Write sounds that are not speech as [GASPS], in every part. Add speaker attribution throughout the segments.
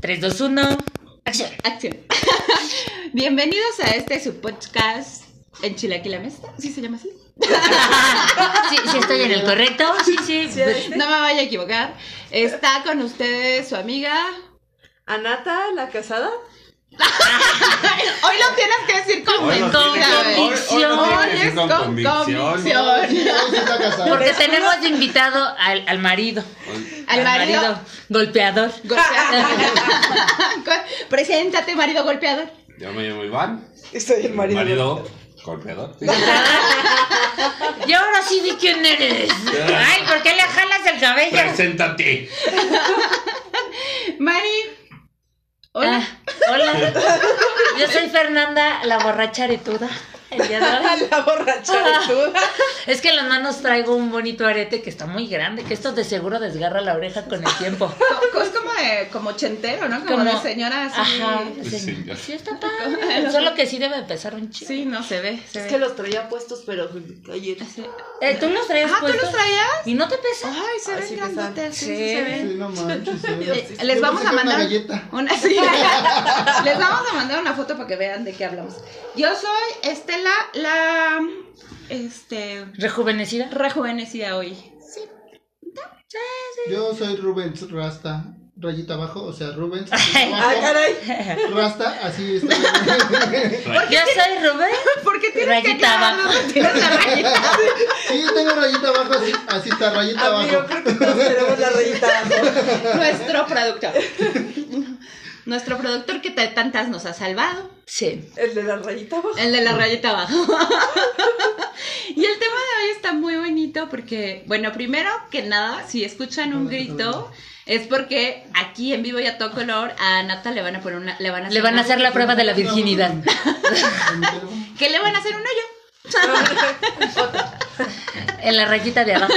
Speaker 1: 3, 2, 1. Acción.
Speaker 2: Acción. [LAUGHS] Bienvenidos a este su podcast en Chilaquila Mesta. ¿Sí se llama así?
Speaker 1: [LAUGHS] sí, sí estoy en el correcto. Sí, sí.
Speaker 2: No me vaya a equivocar. Está con ustedes su amiga.
Speaker 3: Anata, la casada.
Speaker 2: Hoy lo tienes que decir con
Speaker 4: Hoy lo tienes
Speaker 2: mentira,
Speaker 4: que-
Speaker 2: güey.
Speaker 4: hoy- hoy lo tienes que
Speaker 2: Hoy
Speaker 4: decir
Speaker 2: es
Speaker 4: con
Speaker 2: con
Speaker 4: convicción.
Speaker 2: convicción.
Speaker 1: Pues, Porque tenemos de invitado al, al marido.
Speaker 2: Al marido.
Speaker 1: Golpeador. [LAUGHS]
Speaker 2: [LAUGHS] Golpeador. Preséntate, marido golpeador.
Speaker 4: Yo me llamo Iván.
Speaker 3: Estoy el marido.
Speaker 4: Marido. Golpeador. Sí.
Speaker 1: Y ahora sí di quién eres. Ay, ¿por qué le jalas el cabello?
Speaker 4: Preséntate.
Speaker 2: Mari. Hola.
Speaker 1: Ah, hola. Yo soy Fernanda, la borracha aretuda. El día de hoy.
Speaker 3: La borracha de
Speaker 1: Es que en las manos traigo un bonito arete que está muy grande, que esto de seguro desgarra la oreja con el tiempo.
Speaker 2: Co- Es como de como ochentero, ¿no? Como, de señora así.
Speaker 1: Ajá.
Speaker 4: Sí, señor.
Speaker 1: Sí, está padre. Solo que sí debe empezar un chico.
Speaker 2: Sí, no se ve.
Speaker 3: [LAUGHS]
Speaker 2: Se
Speaker 3: Es
Speaker 2: ve.
Speaker 3: que los traía puestos, pero ayer. [LAUGHS]
Speaker 2: Sí.
Speaker 1: Eh, ¿Tú los traías
Speaker 2: Ajá, Ah, ¿tú
Speaker 1: puestos?
Speaker 2: los traías?
Speaker 1: ¿Y no te pesa?
Speaker 2: Ay, se
Speaker 3: Ay,
Speaker 2: ven
Speaker 3: sí,
Speaker 2: grandotes, sí, sí,
Speaker 1: Sí.
Speaker 2: se ven.
Speaker 5: Sí, no
Speaker 2: [LAUGHS]
Speaker 5: manches, eh.
Speaker 2: Eh,
Speaker 5: Yo
Speaker 2: Les vamos
Speaker 5: pensé
Speaker 2: a
Speaker 5: que era
Speaker 2: mandar
Speaker 5: Una galleta.
Speaker 2: una
Speaker 5: [LAUGHS]
Speaker 2: sí. [LAUGHS] Les vamos a mandar una foto para que vean de qué hablamos. Yo soy Estela, la este
Speaker 1: ¿Rejuvenecida?
Speaker 2: rejuvenecida hoy.
Speaker 5: Yo soy Rubens Rasta, rayita abajo, o sea,
Speaker 2: [LAUGHS]
Speaker 5: Rubens
Speaker 3: Ah,
Speaker 5: abajo,
Speaker 3: caray.
Speaker 5: Rasta, así está.
Speaker 1: Yo soy Rubén.
Speaker 2: ¿Por qué tienes que
Speaker 1: Rayita
Speaker 2: aclararlo?
Speaker 1: abajo.
Speaker 2: [LAUGHS] Tienes la rayita.
Speaker 1: [LAUGHS]
Speaker 5: Sí, tengo rayita abajo, así, así está, rayita
Speaker 3: Amigo,
Speaker 2: [LAUGHS]
Speaker 5: abajo.
Speaker 3: creo que todos tenemos la rayita abajo.
Speaker 2: Nuestro productor. [LAUGHS] Nuestro productor que de tantas nos ha salvado.
Speaker 1: Sí.
Speaker 3: El de la rayita abajo.
Speaker 2: El de la rayita abajo. [LAUGHS] y el tema de hoy está muy bonito porque, bueno, primero que nada, si escuchan un grito, es porque aquí en vivo y a todo color a Nata le van a poner una, le van a
Speaker 1: Le van a hacer la prueba de la virginidad.
Speaker 2: ¿Qué le van a hacer un hoyo?
Speaker 1: En la rayita de abajo.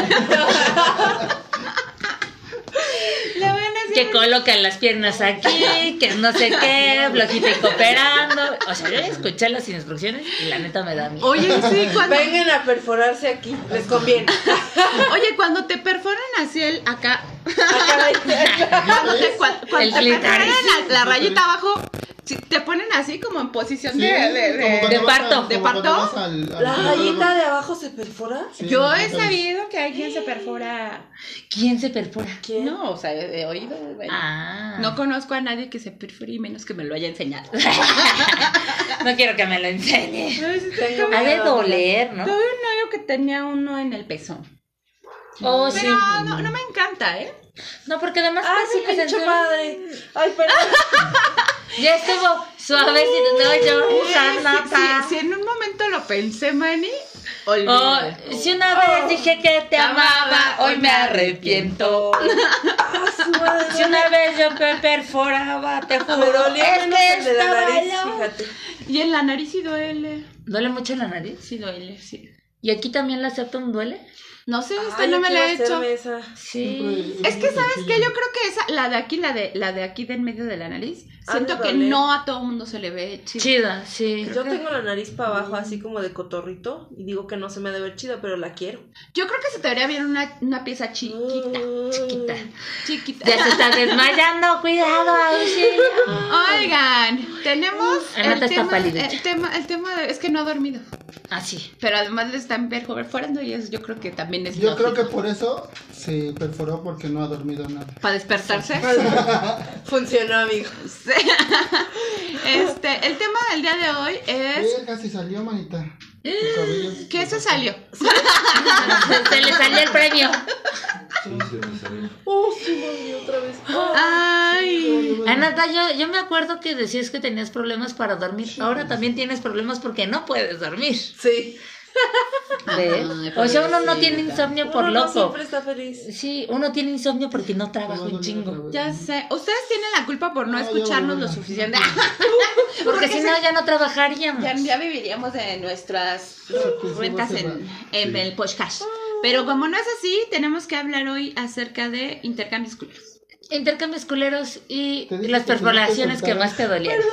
Speaker 2: Le van a hacer
Speaker 1: Que colocan las piernas aquí, que no sé qué, flojita y cooperando. O sea, yo ya escuché las instrucciones y la neta me da miedo.
Speaker 2: Oye, sí,
Speaker 1: [LAUGHS]
Speaker 2: cuando,
Speaker 3: Vengan a perforarse aquí. Les conviene.
Speaker 2: oye, cuando te perforan así el acá,
Speaker 3: Ah, caray.
Speaker 2: [LAUGHS] cuando te, cua- cuando
Speaker 1: El
Speaker 2: te perforan
Speaker 1: clítoris.
Speaker 2: la, la rayita abajo, si te ponen así como en posición
Speaker 5: Sí,
Speaker 2: de, de-
Speaker 5: como
Speaker 1: de
Speaker 2: de-
Speaker 5: cuando vas a-
Speaker 1: parto.
Speaker 5: como
Speaker 2: ¿De
Speaker 5: cuando
Speaker 2: parto?
Speaker 5: vas al- al-
Speaker 3: ¿La rayita de abajo se perfora?
Speaker 5: Sí,
Speaker 2: Yo he
Speaker 5: entonces,
Speaker 2: sabido que hay quien se perfora.
Speaker 1: ¿Quién se perfora?
Speaker 3: ¿Quién?
Speaker 2: No, o sea, he he oído. güey.
Speaker 1: Ah.
Speaker 2: No conozco a nadie que se perfore menos que me lo haya enseñado.
Speaker 1: [LAUGHS] No quiero que me lo enseñe.
Speaker 3: Tengo
Speaker 1: Ha de
Speaker 3: miedo.
Speaker 1: doler, ¿no?
Speaker 2: Tuve un novio que tenía uno en el pezón.
Speaker 1: Oh, sí.
Speaker 2: Pero no, no me encanta, ¿eh?
Speaker 1: No, porque además
Speaker 3: Ah,
Speaker 1: pasa
Speaker 3: sí,
Speaker 1: que se
Speaker 3: pinche
Speaker 1: ensueña.
Speaker 3: madre. Ay, perdón.
Speaker 1: Ya estuvo suave si no yo
Speaker 2: Eh,
Speaker 1: usar
Speaker 2: si-
Speaker 1: nata.
Speaker 2: si, si en un momento lo pensé, Manny,
Speaker 1: Oh,
Speaker 2: olvídalo.
Speaker 1: si una vez
Speaker 3: Oh.
Speaker 1: dije que te amaba, hoy me arrepiento.
Speaker 3: Ah, su madre.
Speaker 1: Si una vez yo me perforaba, te
Speaker 3: Me
Speaker 1: juro,
Speaker 3: dolió
Speaker 1: es
Speaker 3: menos
Speaker 1: que
Speaker 3: el de la
Speaker 1: estaba
Speaker 3: nariz,
Speaker 1: loca.
Speaker 3: fíjate.
Speaker 2: Y en la nariz sí duele.
Speaker 1: ¿Duele mucho la nariz?
Speaker 2: Sí duele, sí.
Speaker 1: ¿Y aquí también la septum duele?
Speaker 2: No sé, esta
Speaker 3: Ay,
Speaker 2: Este no
Speaker 3: yo
Speaker 2: me la he
Speaker 3: quiero
Speaker 2: hecho.
Speaker 3: hacerme esa.
Speaker 1: Sí.
Speaker 5: siempre-
Speaker 2: Es que, ¿sabes qué?
Speaker 5: sencillo.
Speaker 2: Yo creo que esa, la de aquí, la de, la de aquí de en medio de la nariz,
Speaker 3: Ha de
Speaker 2: siento que
Speaker 3: doler.
Speaker 2: no a todo mundo se le ve chido.
Speaker 1: Chida, sí.
Speaker 3: Yo tengo la nariz para abajo así como de cotorrito y digo que no se me debe ver chida, pero la quiero.
Speaker 2: Yo creo que se te vería bien una, una pieza chiquita,
Speaker 1: Chiquita.
Speaker 3: [LAUGHS] Mm.
Speaker 2: chiquita.
Speaker 1: Ya se está desmayando, cuidado, auxilio.
Speaker 2: Oigan, tenemos
Speaker 1: Anata
Speaker 2: el
Speaker 1: está
Speaker 2: tema,
Speaker 1: pálida.
Speaker 2: el tema, el tema de- es que no ha dormido,
Speaker 1: [LAUGHS] Así.
Speaker 2: pero además le están perforando y eso yo creo que también es
Speaker 5: Yo creo que
Speaker 2: lógico.
Speaker 5: por eso se perforó porque no ha dormido nada.
Speaker 2: para
Speaker 5: [LAUGHS]
Speaker 2: despertarse.
Speaker 3: Funcionó, amigo.
Speaker 2: Sí. este, el tema del día de hoy es
Speaker 5: Verga, si
Speaker 2: [GASPS]
Speaker 5: salió, manita. Tu cabello.
Speaker 2: ¿qué se salió?
Speaker 1: Se, se le salió el premio.
Speaker 4: Sí, se me salió.
Speaker 3: Oh, sí, mami, otra vez.
Speaker 2: Ay,
Speaker 1: Anata, Ah, yo, yo me acuerdo que decías que tenías problemas para dormir. Ahora también tienes problemas porque no puedes
Speaker 5: [LAUGHS]
Speaker 1: dormir.
Speaker 3: Sí.
Speaker 1: ¿Ves?
Speaker 2: Ay,
Speaker 1: O sea, uno no
Speaker 2: pobrecita.
Speaker 1: tiene insomnio por
Speaker 3: Uno no
Speaker 1: loco.
Speaker 3: siempre está feliz.
Speaker 1: Sí, uno tiene insomnio porque no trabaja
Speaker 5: No, no,
Speaker 1: un
Speaker 5: no,
Speaker 1: chingo.
Speaker 5: no,
Speaker 2: ya sé. Ustedes tienen la culpa por no
Speaker 5: No, yo
Speaker 2: escucharnos lo
Speaker 5: no. [LAUGHS]
Speaker 2: suficiente.
Speaker 1: Porque si no, ya no
Speaker 2: Ya,
Speaker 1: trabajaríamos.
Speaker 2: ya viviríamos de nuestras
Speaker 5: pues,
Speaker 2: rentas
Speaker 5: vamos a
Speaker 2: en,
Speaker 5: cerrar.
Speaker 2: en
Speaker 5: Sí.
Speaker 2: el podcast. Pero como no es así, tenemos que hablar hoy acerca de intercambios culeros.
Speaker 1: Intercambios culeros y
Speaker 5: Te dije
Speaker 1: las
Speaker 5: que tenía que
Speaker 1: perforaciones que
Speaker 5: soltar.
Speaker 1: más te dolieron.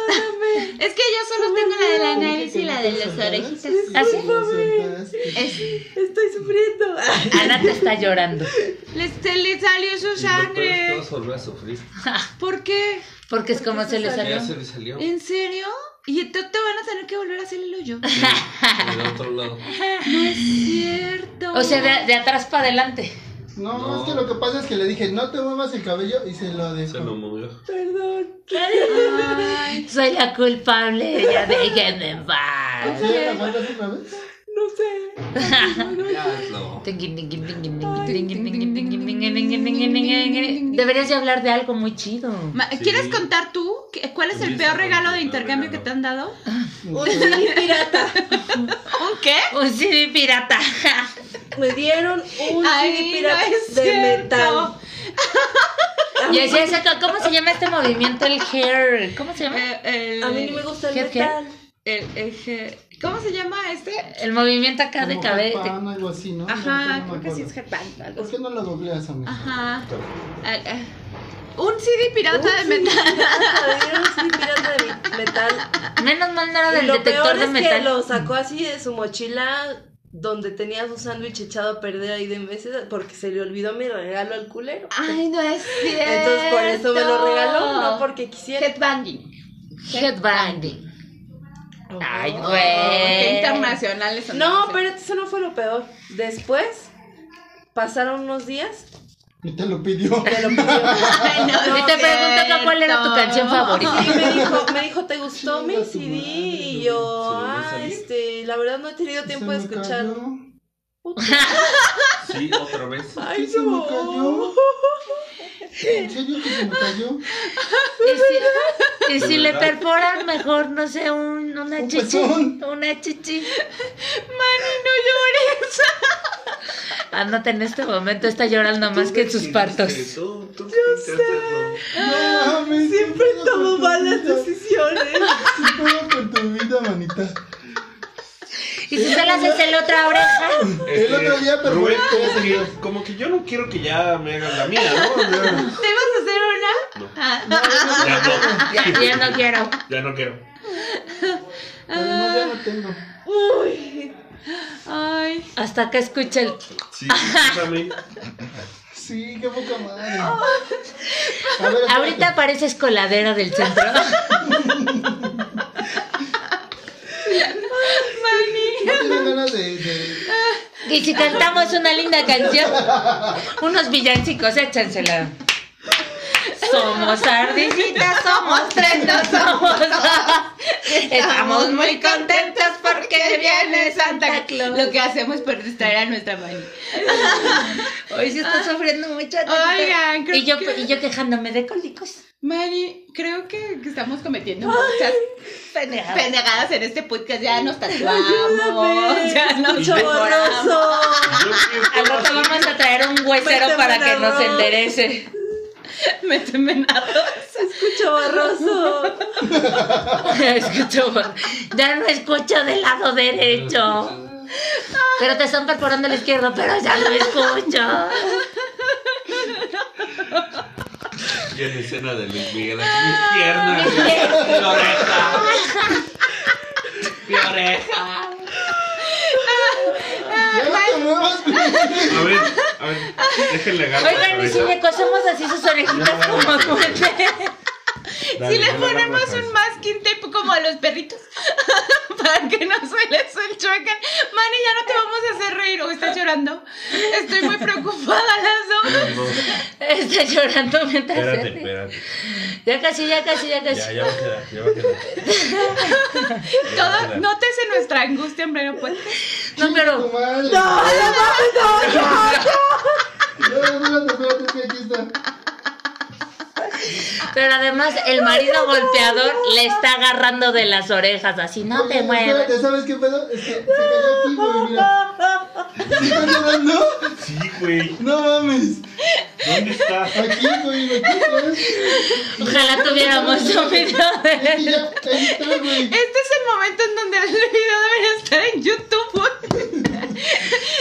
Speaker 2: Es que yo solo tengo la de la nariz y la de las
Speaker 5: Soltaste,
Speaker 2: orejitas.
Speaker 1: ¿Ah, sí?
Speaker 5: soltaste.
Speaker 2: Es-
Speaker 3: Estoy sufriendo.
Speaker 1: [LAUGHS] Ana te está llorando.
Speaker 2: les- se le salió su
Speaker 4: Y
Speaker 2: sangre.
Speaker 4: después volvió a sufrir.
Speaker 2: [LAUGHS] ¿Por qué?
Speaker 1: Porque es como se le
Speaker 4: Ya se
Speaker 1: salió.
Speaker 4: le salió.
Speaker 2: ¿En serio? Y te, te van a tener que volver a hacer el hoyo.
Speaker 4: Del
Speaker 2: [LAUGHS]
Speaker 4: otro lado.
Speaker 2: Cierto.
Speaker 1: O sea, de, de atrás para adelante.
Speaker 5: No,
Speaker 4: No.
Speaker 5: es que lo que pasa es que le dije, no te muevas el cabello y se lo dejó.
Speaker 4: Se lo movió.
Speaker 3: Perdón.
Speaker 2: Ay,
Speaker 1: Soy la culpable, ya déjenme en
Speaker 5: [LAUGHS]
Speaker 1: paz.
Speaker 5: ¿Sí? ¿La mandas otra vez?
Speaker 3: No sé.
Speaker 4: Ya hazlo.
Speaker 1: Tinguin, tinguin, tinguin, tinguin, tinguin, tinguin, tinguin, tinguin, tinguin, tinguin, tinguin, tinguin. Deberías de hablar de algo muy chido.
Speaker 2: ma-
Speaker 4: Sí.
Speaker 2: ¿Quieres contar tú qué- cuál es el
Speaker 4: Hubiese
Speaker 2: peor regalo
Speaker 4: contado
Speaker 2: de
Speaker 4: el
Speaker 2: intercambio que
Speaker 4: regalo.
Speaker 2: te han dado?
Speaker 3: Un CD pirata.
Speaker 2: ¿Un qué?
Speaker 3: Oh,
Speaker 1: Un CD pirata.
Speaker 3: Me dieron un
Speaker 2: Ay,
Speaker 3: CD
Speaker 2: no
Speaker 3: pirata
Speaker 2: es
Speaker 3: de
Speaker 2: cierto.
Speaker 3: metal.
Speaker 1: Y decía eso, ¿cómo se llama este movimiento? El hair. ¿Cómo se llama?
Speaker 2: Eh, el-
Speaker 3: A mí no me gusta el
Speaker 1: ¿Qué, qué?
Speaker 3: metal.
Speaker 2: el- el je- ¿Cómo se llama este?
Speaker 1: El movimiento acá de
Speaker 5: Como
Speaker 1: cabeza.
Speaker 5: pan, algo así, ¿no?
Speaker 2: Ajá,
Speaker 5: No, no me
Speaker 2: creo que sí
Speaker 5: acuerdo.
Speaker 2: es headband. algo
Speaker 5: ¿Por
Speaker 2: así.
Speaker 5: qué no lo googleas, amigo?
Speaker 2: Ajá. Al- eh, Un CD pirata de metal.
Speaker 3: Me dieron un CD pirata de metal.
Speaker 1: Menos mal no era
Speaker 3: Y
Speaker 1: del
Speaker 3: lo peor
Speaker 1: detector de
Speaker 3: es que
Speaker 1: metal.
Speaker 3: lo sacó así de su mochila donde tenía su sándwich echado a perder ahí de meses porque se le olvidó mi regalo al culero.
Speaker 2: Ay, no es cierto.
Speaker 3: Entonces por eso me lo regaló, no porque quisiera.
Speaker 2: Headbanging.
Speaker 1: Headbanding.
Speaker 3: Oh,
Speaker 1: Ay,
Speaker 2: Qué
Speaker 1: güey.
Speaker 2: internacionales son.
Speaker 3: No,
Speaker 2: los-
Speaker 3: pero eso no fue lo peor. Después pasaron unos días
Speaker 5: Y te lo
Speaker 6: [LAUGHS]
Speaker 5: pidió.
Speaker 3: me lo
Speaker 1: [LAUGHS]
Speaker 3: pidió.
Speaker 2: Ay, no,
Speaker 1: Y te
Speaker 2: es
Speaker 1: preguntaba cuál era tu
Speaker 2: cierto.
Speaker 1: canción favorita.
Speaker 3: Sí, me dijo, me dijo, ¿te gustó mi
Speaker 5: Chinga tu
Speaker 3: CD? Y
Speaker 5: madre,
Speaker 3: yo,
Speaker 4: güey. ¿Se volvió a
Speaker 3: ah,
Speaker 4: salir?
Speaker 3: este, la verdad no he tenido tiempo
Speaker 5: Se
Speaker 3: de
Speaker 5: me
Speaker 3: escucharlo.
Speaker 5: cayó.
Speaker 4: Sí, otra vez.
Speaker 3: Ay,
Speaker 5: se me
Speaker 3: no.
Speaker 5: cayó? ¿En serio que se me cayó?
Speaker 1: Y si, y si le
Speaker 4: ¿Verdad?
Speaker 1: perforan mejor, no sé, un, una
Speaker 5: Un
Speaker 1: chichi.
Speaker 5: pezón.
Speaker 1: Una chichi.
Speaker 2: Mani, no llores.
Speaker 1: Anota en este momento, está llorando más que en sus partos.
Speaker 4: Tú, tú quisiste hacerlo.
Speaker 5: No, mames,
Speaker 3: Siempre
Speaker 5: ¿qué pedo
Speaker 3: tomo
Speaker 5: con tu
Speaker 3: malas
Speaker 5: vida?
Speaker 3: decisiones.
Speaker 5: ¿Qué pedo con tu vida, manita?
Speaker 1: Y si se le haces el otra oreja.
Speaker 5: El otro día
Speaker 4: Este, Rubén,
Speaker 5: perforé.
Speaker 4: como que, como que yo no quiero que ya me hagan la mía, ¿no? Ya-
Speaker 2: [LAUGHS] ¿Te ibas a hacer una?
Speaker 4: No.
Speaker 2: Ah,
Speaker 4: Ya no,
Speaker 1: Ya, ya no quiero.
Speaker 4: ya no quiero.
Speaker 5: Pero no, ya no tengo.
Speaker 3: Uy.
Speaker 2: Ay.
Speaker 1: Hasta que escuche el.
Speaker 4: Sí, yo también.
Speaker 5: Sí, qué poca madre. A ver, espérate.
Speaker 1: Ahorita pareces coladera del centro.
Speaker 5: ¿No tienen ganas de, de-
Speaker 1: Y si cantamos una linda canción, unos villancicos, échansela. Somos ardillitas, somos tres, no somos dos. Estamos muy contentas porque viene Santa Claus.
Speaker 2: Lo que hacemos por distraer a nuestra Mani.
Speaker 1: Hoy sí está sufriendo mucho.
Speaker 2: Oigan, creo
Speaker 1: y yo,
Speaker 2: que-
Speaker 1: y yo quejándome de cólicos.
Speaker 2: Mani, creo que que estamos cometiendo muchas
Speaker 1: Pendejadas.
Speaker 2: pendejadas en este podcast. Ya [LAUGHS] nos tatuamos. Ya nos
Speaker 3: Mucho
Speaker 2: decoramos.
Speaker 3: borroso.
Speaker 4: Yo
Speaker 1: Al
Speaker 4: quiero
Speaker 1: rato vamos a traer un huesero
Speaker 3: Méteme
Speaker 1: para
Speaker 3: una
Speaker 1: que nos
Speaker 3: rosa.
Speaker 1: enderece. [LAUGHS]
Speaker 2: Méteme en
Speaker 3: Mucho borroso.
Speaker 1: Escucho, ya no escucho del lado derecho. Pero te están perforando el izquierdo, pero ya no escucho.
Speaker 4: Y en la escena de Luis Miguel, aquí mis
Speaker 1: [LAUGHS]
Speaker 4: piernas, mi oreja. Mi oreja.
Speaker 5: Ya no te muevas,
Speaker 4: A ver, a ver, déjenle agarrar
Speaker 1: Oigan, y si le cosemos así sus orejitas como duende.
Speaker 2: Si le ponemos un masking tape como a los perritos [LAUGHS] para que no se les enchuequen. Mani, ya no te vamos a hacer reír o estás llorando. Estoy muy preocupada [LAUGHS] las dos.
Speaker 1: Está este, llorando mientras.
Speaker 4: Espérate,
Speaker 1: hace.
Speaker 4: espérate.
Speaker 1: Ya casi, ya casi, ya casi.
Speaker 4: Ya, ya va a quedar, ya va a quedar. Ya va a
Speaker 2: Todo,
Speaker 4: quedar.
Speaker 2: nótese nuestra angustia, pues. hombre, no puede.
Speaker 1: No, pero.
Speaker 5: tu madre. No, espérate, espérate, es que aquí está.
Speaker 1: Pero además el marido golpeador le está agarrando de las orejas así, no
Speaker 5: Oye,
Speaker 1: te muevas.
Speaker 5: Espérate, ¿sabes qué pedo? Es que se cayó aquí, güey, mira. ¿Se está llorando?
Speaker 4: Sí, güey.
Speaker 5: No mames.
Speaker 4: ¿Dónde está?
Speaker 5: Aquí, güey, aquí, ¿sabes?
Speaker 1: Ojalá tuviéramos un video de
Speaker 5: Y ya, ahí está, güey.
Speaker 2: Este es el momento en donde el video debería estar en YouTube.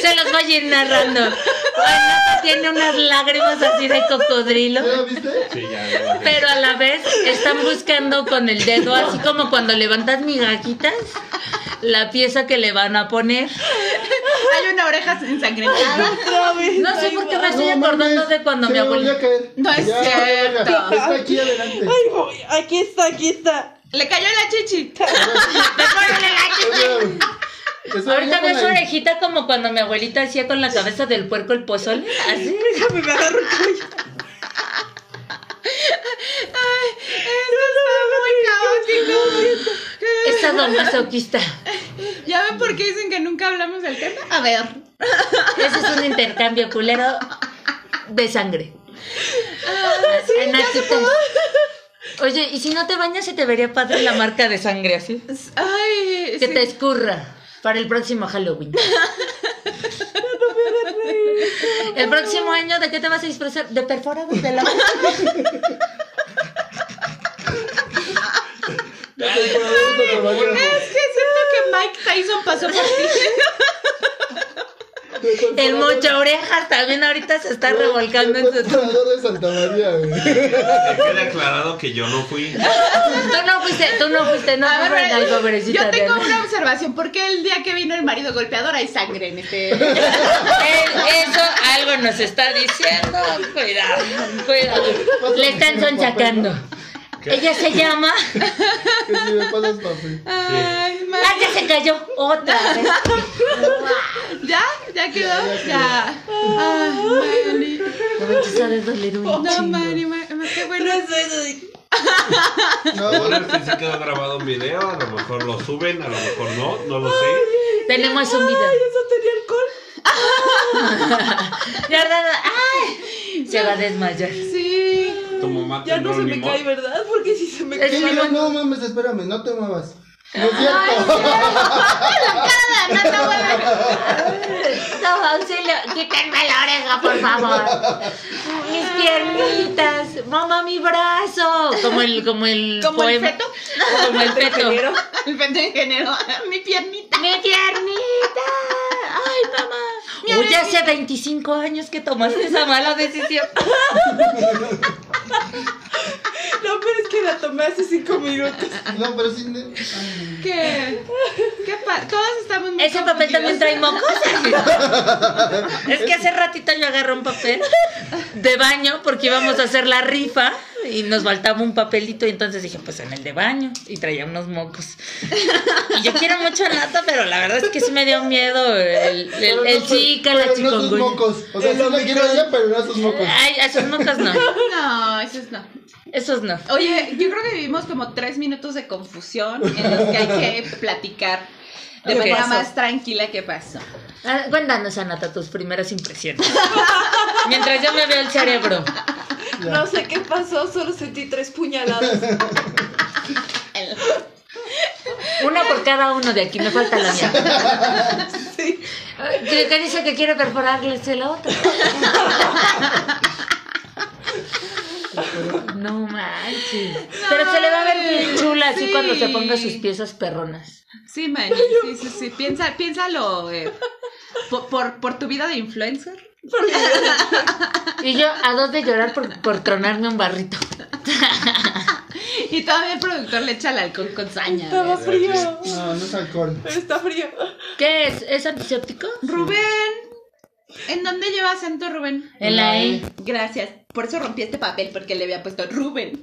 Speaker 1: Se los voy a ir narrando. Bueno, tiene unas lágrimas así de cocodrilo.
Speaker 5: ¿Ya la viste?
Speaker 4: Sí, ya, ya, ya.
Speaker 1: Pero a la vez están buscando con el dedo, así como cuando levantas migajitas, la pieza que le van a poner.
Speaker 2: Hay una oreja ensangrentada.
Speaker 1: No sé por qué me estoy
Speaker 5: No,
Speaker 1: acordando
Speaker 5: mames,
Speaker 1: de cuando
Speaker 5: se
Speaker 1: mi
Speaker 5: me volvió
Speaker 1: abuelita.
Speaker 5: a caer.
Speaker 2: No es
Speaker 5: Ya,
Speaker 2: cierto.
Speaker 5: venga, Está aquí adelante.
Speaker 6: Ay, voy. Aquí está, aquí está.
Speaker 2: [LAUGHS] [LAUGHS] Le cayó la chichi.
Speaker 5: Está
Speaker 1: Ahorita
Speaker 5: bien
Speaker 1: veo
Speaker 5: con
Speaker 1: su
Speaker 5: la-
Speaker 1: orejita como cuando mi abuelita hacía con la cabeza del puerco el pozole. Así.
Speaker 6: Déjame, me agarro el cuello.
Speaker 1: Esta don masoquista.
Speaker 2: ¿Ya ven por qué dicen que nunca hablamos del tema? A ver.
Speaker 1: Ese es un intercambio culero de sangre.
Speaker 5: Ah,
Speaker 1: En actitud. Oye, y si no te bañas se te vería padre la marca de sangre así.
Speaker 2: Ay,
Speaker 1: Que
Speaker 2: sí.
Speaker 1: te escurra para el próximo
Speaker 5: [LAUGHS]
Speaker 1: Halloween. El próximo año, ¿de qué te vas a disfrazar? De perforados de
Speaker 5: [LAUGHS]
Speaker 1: la
Speaker 5: Ya te digo,
Speaker 1: [LAUGHS]
Speaker 5: vamos a trabajar.
Speaker 2: Es que siento que Mike Tyson pasó por ti.
Speaker 1: El mocha orejas también ahorita se está
Speaker 5: Güey,
Speaker 1: revolcando en
Speaker 5: el
Speaker 1: su...
Speaker 5: procurador de Santa María, güey.
Speaker 4: Que quede aclarado que yo no fui.
Speaker 1: Tú no fuiste, tú no fuiste, no
Speaker 2: [LAUGHS] A ver,
Speaker 1: me vengas, pobrecita
Speaker 2: yo tengo
Speaker 1: Adriana.
Speaker 2: una observación. ¿Por qué el día que vino el marido golpeador hay sangre en este?
Speaker 1: Eh, Eso algo nos está diciendo. Cuidado, cuidado. Le están sonsacando. Ella se llama.
Speaker 5: Que si me pasas papel.
Speaker 2: Ay, Mike.
Speaker 1: ¡Ah, ya se cayó! Otra vez.
Speaker 2: ¿Ya? ¿Ya quedó? Ya. Ay, Mari.
Speaker 1: La manchisa de doler un
Speaker 2: No,
Speaker 1: chingo.
Speaker 2: Mari, Mari, qué bueno.
Speaker 5: No,
Speaker 4: A ver si se quedó grabado un video, a lo mejor lo suben, a lo mejor no, no lo sé.
Speaker 1: Tenemos un video.
Speaker 6: Eso tenía alcohol.
Speaker 1: Ya, ya, ya. ¡Ay! Se va a desmayar.
Speaker 2: Sí.
Speaker 4: Tu mamá
Speaker 6: Ya no
Speaker 4: tendrá
Speaker 6: se
Speaker 4: Ah, un
Speaker 6: me
Speaker 4: limón.
Speaker 6: cae, ¿verdad? Porque si se me
Speaker 1: Es
Speaker 6: cae.
Speaker 5: sí, no,
Speaker 1: limón.
Speaker 5: no mames, espérame, no te muevas. No es cierto.
Speaker 2: Nada, nada, bueno.
Speaker 1: No, auxilio. Quítenme la oreja, por favor. Mis piernitas. Mamá, mi brazo. Como el, como el
Speaker 2: Como el
Speaker 1: poema.
Speaker 2: feto.
Speaker 1: Como el feto.
Speaker 6: Ingeniero.
Speaker 2: [LAUGHS] El pente de género. Mi piernita.
Speaker 1: [LAUGHS] ¡Mi piernita! ¡Ay, mamá! Oye, hace 25 años que tomaste esa mala decisión.
Speaker 6: No, pero es que la tomé hace cinco minutos.
Speaker 5: [LAUGHS] No, pero sí. ne- ay,
Speaker 2: ¿Qué? ¿Qué pa- Todos estamos muy
Speaker 1: ¿Ese papel también trae mocos? Es que hace ratito yo agarré un papel de baño porque íbamos a hacer la rifa y nos faltaba un papelito. Y entonces dije, pues en el de baño. Y traía unos mocos. Y yo quiero mucho a Nata, pero la verdad es que sí me dio miedo el, el,
Speaker 5: pero
Speaker 1: el
Speaker 5: no-
Speaker 1: chica, la
Speaker 5: pero No sus
Speaker 1: chikungunya.
Speaker 5: mocos. O sea,
Speaker 6: El
Speaker 5: sí la
Speaker 6: Omicron.
Speaker 5: quiero a ella, pero no sus mocos.
Speaker 1: Ay, esos mocos no.
Speaker 2: confundidos. No, eso es no.
Speaker 1: Esos no.
Speaker 2: Oye, yo creo que vivimos como tres minutos de confusión en los que hay que platicar de
Speaker 1: ¿Qué
Speaker 2: manera
Speaker 1: pasó?
Speaker 2: más tranquila qué pasó.
Speaker 1: Ah, Cuéntanos, Anata, tus primeras impresiones. Mientras yo me veo el cerebro.
Speaker 5: Ya.
Speaker 6: No sé qué pasó, solo sentí tres puñaladas.
Speaker 2: El-
Speaker 1: Una por cada uno de aquí, me falta la mía.
Speaker 6: Sí.
Speaker 1: Que, que dice que quiere perforarles el otro. No manches. Pero se le va a ver bien chula así
Speaker 2: Sí.
Speaker 1: cuando se ponga sus piezas perronas.
Speaker 2: Sí, man, sí, sí, sí. Piensa, piénsalo eh, por, por, por tu vida de influencer.
Speaker 1: Y yo a dos de llorar por, por tronarme un barrito.
Speaker 2: Y todavía el productor le echa el alcohol con saña.
Speaker 6: Estaba
Speaker 2: ¿ves?
Speaker 6: frío.
Speaker 5: No, no es alcohol.
Speaker 6: Pero está frío.
Speaker 1: ¿Qué es? ¿Es antiséptico?
Speaker 2: Rubén, ¿en dónde lleva acento Rubén?
Speaker 1: En la E.
Speaker 2: Gracias. Por eso rompí este papel, porque le había puesto Rubén.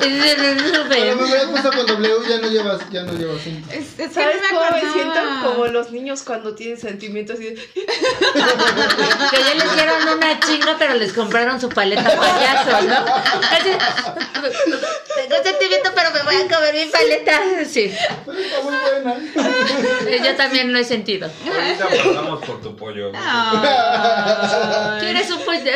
Speaker 5: Pero me
Speaker 1: Rubén.
Speaker 5: hubieras puesto con W, ya no llevas, ya no llevas. cinta.
Speaker 2: Es, es que no
Speaker 6: ¿Sabes
Speaker 2: me
Speaker 6: cómo
Speaker 2: acordaba.
Speaker 6: me siento? Como los niños cuando tienen sentimientos y
Speaker 1: Que ya les dieron una chinga, pero les compraron su paleta payaso, ¿no? Así, tengo sentimiento, pero me voy a comer mi paleta. Sí,
Speaker 5: Pero está muy buena.
Speaker 1: yo también lo he sentido.
Speaker 4: Ahorita pasamos por tu pollo.
Speaker 6: Ah,
Speaker 2: Ay.
Speaker 1: ¿Quieres un pues, pollo?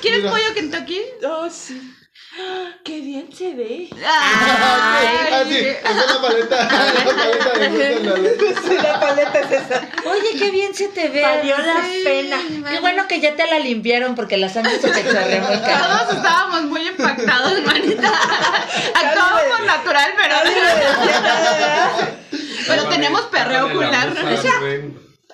Speaker 2: ¿Quieres
Speaker 5: Mira.
Speaker 2: pollo Kentucky?
Speaker 6: Oh, sí. [GASPS] Ah, Qué bien se ve.
Speaker 2: Ay,
Speaker 5: [LAUGHS] Ah, sí, es la paleta. [LAUGHS] La paleta de Luis en la luz.
Speaker 6: Sí, la paleta es esa.
Speaker 1: Oye, qué bien se te ve.
Speaker 6: Valió la
Speaker 1: Sí,
Speaker 6: pena.
Speaker 1: Qué bueno que ya te la limpiaron porque la sangre se te chorrea muy
Speaker 6: [LAUGHS]
Speaker 1: cabrón.
Speaker 2: Todos estábamos muy impactados, manita. Actuábamos natural, pero,
Speaker 6: Ah, Nadie me decía nada, ¿verdad?
Speaker 2: pero tenemos perreo ocular.
Speaker 4: Esa-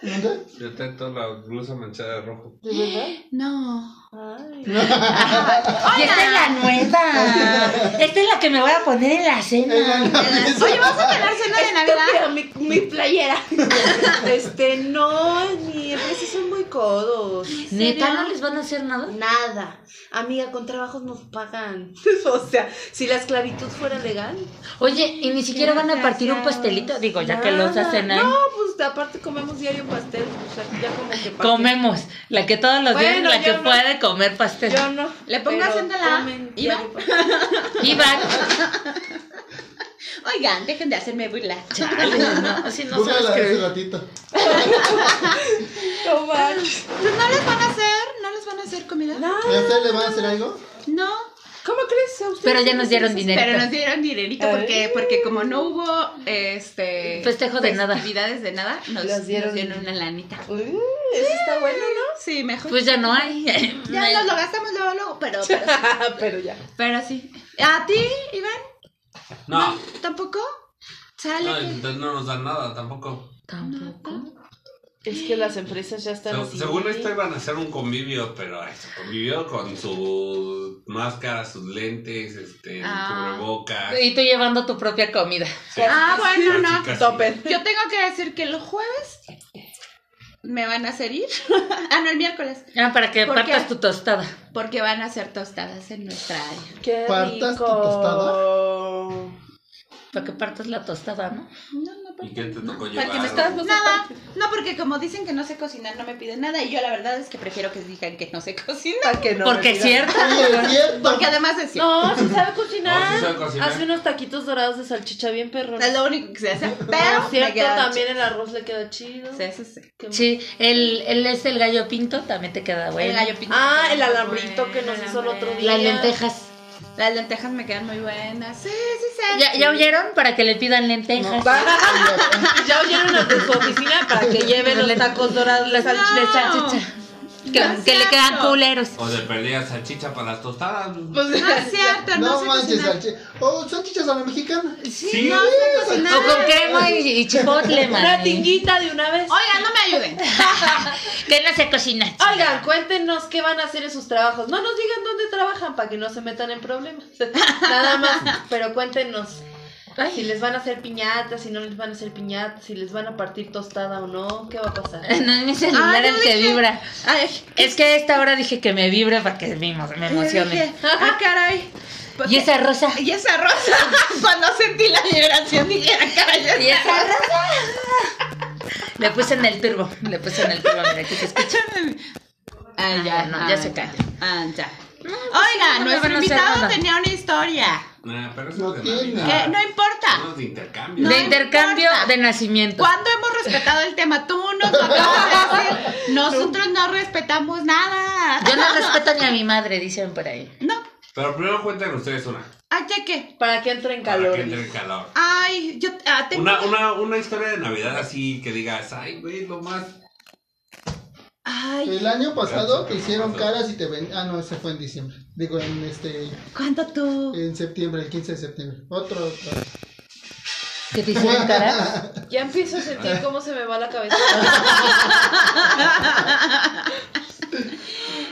Speaker 5: ¿Nunca?
Speaker 4: Detecto la blusa manchada de rojo.
Speaker 6: ¿De verdad?
Speaker 2: No.
Speaker 6: Ay.
Speaker 1: Y esta es la nueva. Esta es la que me voy a poner en la cena.
Speaker 2: Oye, ¿vas a tener cena de Navidad?
Speaker 6: Estúpida, mi, mi
Speaker 2: [LAUGHS]
Speaker 6: playera. este, no, ni a veces son muy codos.
Speaker 1: Neta, no les van a hacer nada.
Speaker 6: Nada. Amiga, con trabajos nos pagan. [LAUGHS] o sea, si la esclavitud fuera legal.
Speaker 1: Oye, y ni siquiera van a partir un pastelito. Digo, Pues, ya que los
Speaker 6: nada.
Speaker 1: hacen ahí.
Speaker 6: No, pues aparte comemos diario pastel. O sea, ya como que pastel.
Speaker 1: Comemos. La que todos los días,
Speaker 6: Bueno,
Speaker 1: la que
Speaker 6: yo no.
Speaker 1: puede comer pastel.
Speaker 6: Yo no.
Speaker 2: Le pongo
Speaker 6: pero
Speaker 2: acento a la A.
Speaker 6: comen
Speaker 2: ¿Iba?
Speaker 6: diario pastel.
Speaker 1: Iván.
Speaker 6: [LAUGHS]
Speaker 2: Oigan, dejen de hacerme burla.
Speaker 1: Chale, no, si no
Speaker 5: Búscala
Speaker 1: sabes
Speaker 5: de ese
Speaker 1: que.
Speaker 5: ratito.
Speaker 6: No manches.
Speaker 2: Pues no les van a hacer, no les van a hacer comida.
Speaker 6: No.
Speaker 5: ¿A usted le van a hacer algo?
Speaker 2: No,
Speaker 6: ¿Cómo crees? ¿A ustedes
Speaker 1: Pero ya
Speaker 6: no
Speaker 1: nos
Speaker 6: se les
Speaker 1: dieron
Speaker 6: hace?
Speaker 1: dinero.
Speaker 2: pero nos dieron dinerito porque, porque como no hubo este
Speaker 1: Festejo de nada.
Speaker 2: actividades de nada, nos,
Speaker 6: Los
Speaker 2: nos dieron,
Speaker 6: dieron-
Speaker 2: una lanita.
Speaker 6: Uy, eso está bueno, ¿no?
Speaker 2: Sí, mejor.
Speaker 1: Pues ya no hay.
Speaker 2: ya nos lo gastamos luego, luego, pero, pero, [LAUGHS]
Speaker 6: pero ya.
Speaker 2: pero sí. ¿A ti, Iván?
Speaker 4: No,
Speaker 2: ¿Tampoco? Sale.
Speaker 4: no,
Speaker 2: que-
Speaker 4: entonces no nos dan nada tampoco.
Speaker 1: Tampoco.
Speaker 6: Es que las empresas ya están
Speaker 4: Se-
Speaker 6: así.
Speaker 4: según esto iban a hacer un convivio, pero ay, se convivió con sus máscaras, sus lentes, este,
Speaker 2: Ah.
Speaker 4: cubrebocas.
Speaker 1: Y tú llevando tu propia comida.
Speaker 4: Sí,
Speaker 2: Ah, bueno,
Speaker 4: casi,
Speaker 2: no.
Speaker 4: casi.
Speaker 7: Topper.
Speaker 2: Yo tengo que decir que el jueves me van a hacer ir. [LAUGHS] ah, no, el miércoles.
Speaker 1: Ah, para que
Speaker 2: ¿Por
Speaker 1: partas
Speaker 2: qué?
Speaker 1: tu tostada.
Speaker 2: Porque van a hacer tostadas en nuestra área.
Speaker 6: Qué
Speaker 5: ¿Partas tu
Speaker 6: rico.
Speaker 1: Para que partas la tostada, ¿no?
Speaker 2: No, no,
Speaker 4: ¿Y qué te tocó
Speaker 6: Para
Speaker 4: llevar?
Speaker 6: que me estás
Speaker 2: Nada, no, porque como dicen que no sé cocinar, no me piden nada. Y yo la verdad es que prefiero que digan que no sé cocinar.
Speaker 6: Para que no
Speaker 1: Porque
Speaker 6: me
Speaker 1: es
Speaker 6: digan.
Speaker 1: cierto.
Speaker 5: Sí, es cierto.
Speaker 2: Porque además es cierto.
Speaker 6: No, si sabe
Speaker 4: No,
Speaker 6: cocinar.
Speaker 4: sí sabe cocinar.
Speaker 6: Hace unos taquitos dorados de salchicha bien perrón.
Speaker 2: Es lo único que se hace.
Speaker 6: Pero
Speaker 2: Pero me
Speaker 6: cierto,
Speaker 2: queda
Speaker 6: también el arroz le queda chido.
Speaker 2: chido. Sí, eso sí.
Speaker 6: Qué
Speaker 1: Sí, él, él es el gallo pinto, también te queda bueno.
Speaker 2: El gallo pinto.
Speaker 6: Ah, el alambrito que nos hizo el otro día.
Speaker 1: Las lentejas.
Speaker 2: Las lentejas me quedan muy buenas. Sí, sí, sí.
Speaker 1: ¿Ya, ya oyeron? Para que le pidan lentejas.
Speaker 6: [LAUGHS] Ya oyeron a su oficina para que lleven los tacos dorados de
Speaker 1: Las-
Speaker 6: salchicha.
Speaker 1: de salchicha. Que,
Speaker 2: No es
Speaker 1: que le quedan
Speaker 2: cierto.
Speaker 1: culeros.
Speaker 4: O de perdida salchicha para las tostadas.
Speaker 1: [LAUGHS]
Speaker 2: No [LAUGHS] es cierto, no,
Speaker 5: [LAUGHS] No
Speaker 2: sé
Speaker 5: manches,
Speaker 2: cocinar.
Speaker 5: salchicha. Oh, salchichas a la mexicana.
Speaker 4: Sí.
Speaker 2: No sé cocinar.
Speaker 1: O con crema y, y chipotle,
Speaker 6: Una
Speaker 1: mami.
Speaker 6: tinguita de una vez.
Speaker 2: Oigan, no me ayuden.
Speaker 1: Que no se cocina.
Speaker 6: Oigan, cuéntenos qué van a hacer en sus trabajos. No nos digan dónde trabajan para que no se metan en problemas. [LAUGHS] Nada más, pero cuéntenos. Si les van a hacer piñatas, si no les van a hacer piñatas, si les van a partir tostada o no, ¿qué va a pasar?
Speaker 1: [LAUGHS] No es mi celular
Speaker 2: Ah, yo
Speaker 1: el que
Speaker 2: dije-
Speaker 1: vibra.
Speaker 2: Ay,
Speaker 1: Es que a esta hora dije que me vibre para que me, me
Speaker 2: dije,
Speaker 1: emocione.
Speaker 2: ah, caray.
Speaker 1: Y esa rosa.
Speaker 2: [LAUGHS] Y esa rosa, cuando sentí la vibración, dije, ah, caray.
Speaker 1: Y esa rosa. Le puse en el turbo. Le puse en el turbo. Mira, aquí se
Speaker 2: [LAUGHS]
Speaker 1: escucha.
Speaker 2: Ah, ya,
Speaker 1: Ah, no,
Speaker 2: ah,
Speaker 1: ya se calla.
Speaker 2: Ah, ya. Oiga,
Speaker 1: no me
Speaker 2: nuestro
Speaker 1: van a hacer
Speaker 2: invitado
Speaker 1: nada. Ah.
Speaker 2: tenía una historia.
Speaker 4: Nah, pero
Speaker 5: No
Speaker 4: eso es de
Speaker 5: tiene.
Speaker 2: Que
Speaker 4: Navidad.
Speaker 2: no importa.
Speaker 4: Unos de intercambio.
Speaker 2: No
Speaker 1: de intercambio
Speaker 2: importa.
Speaker 1: de nacimiento.
Speaker 2: ¿Cuándo hemos respetado el tema? Tú nos lo acabas de
Speaker 1: [LAUGHS]
Speaker 2: decir. Nosotros no respetamos nada.
Speaker 1: Yo no respeto ni a mi madre, dicen por ahí.
Speaker 2: No,
Speaker 4: Pero primero cuenten ustedes una.
Speaker 2: ay, ya que.
Speaker 6: Para que entren
Speaker 4: Para
Speaker 6: calor.
Speaker 4: que entre el calor.
Speaker 2: Ay, yo ah, tengo.
Speaker 4: Una, una, una historia de Navidad así que digas, ay, güey, lo más.
Speaker 2: Ay,
Speaker 5: El año pasado te hicieron caras y te ven. Ah, no, ese fue en diciembre. Digo, en este.
Speaker 2: ¿cuánto tú?
Speaker 5: En septiembre, el 15 de septiembre. Otro, otro.
Speaker 1: ¿Que te hicieron cara?
Speaker 6: Ya empiezo a sentir cómo se me va la [LAUGHS] cabeza.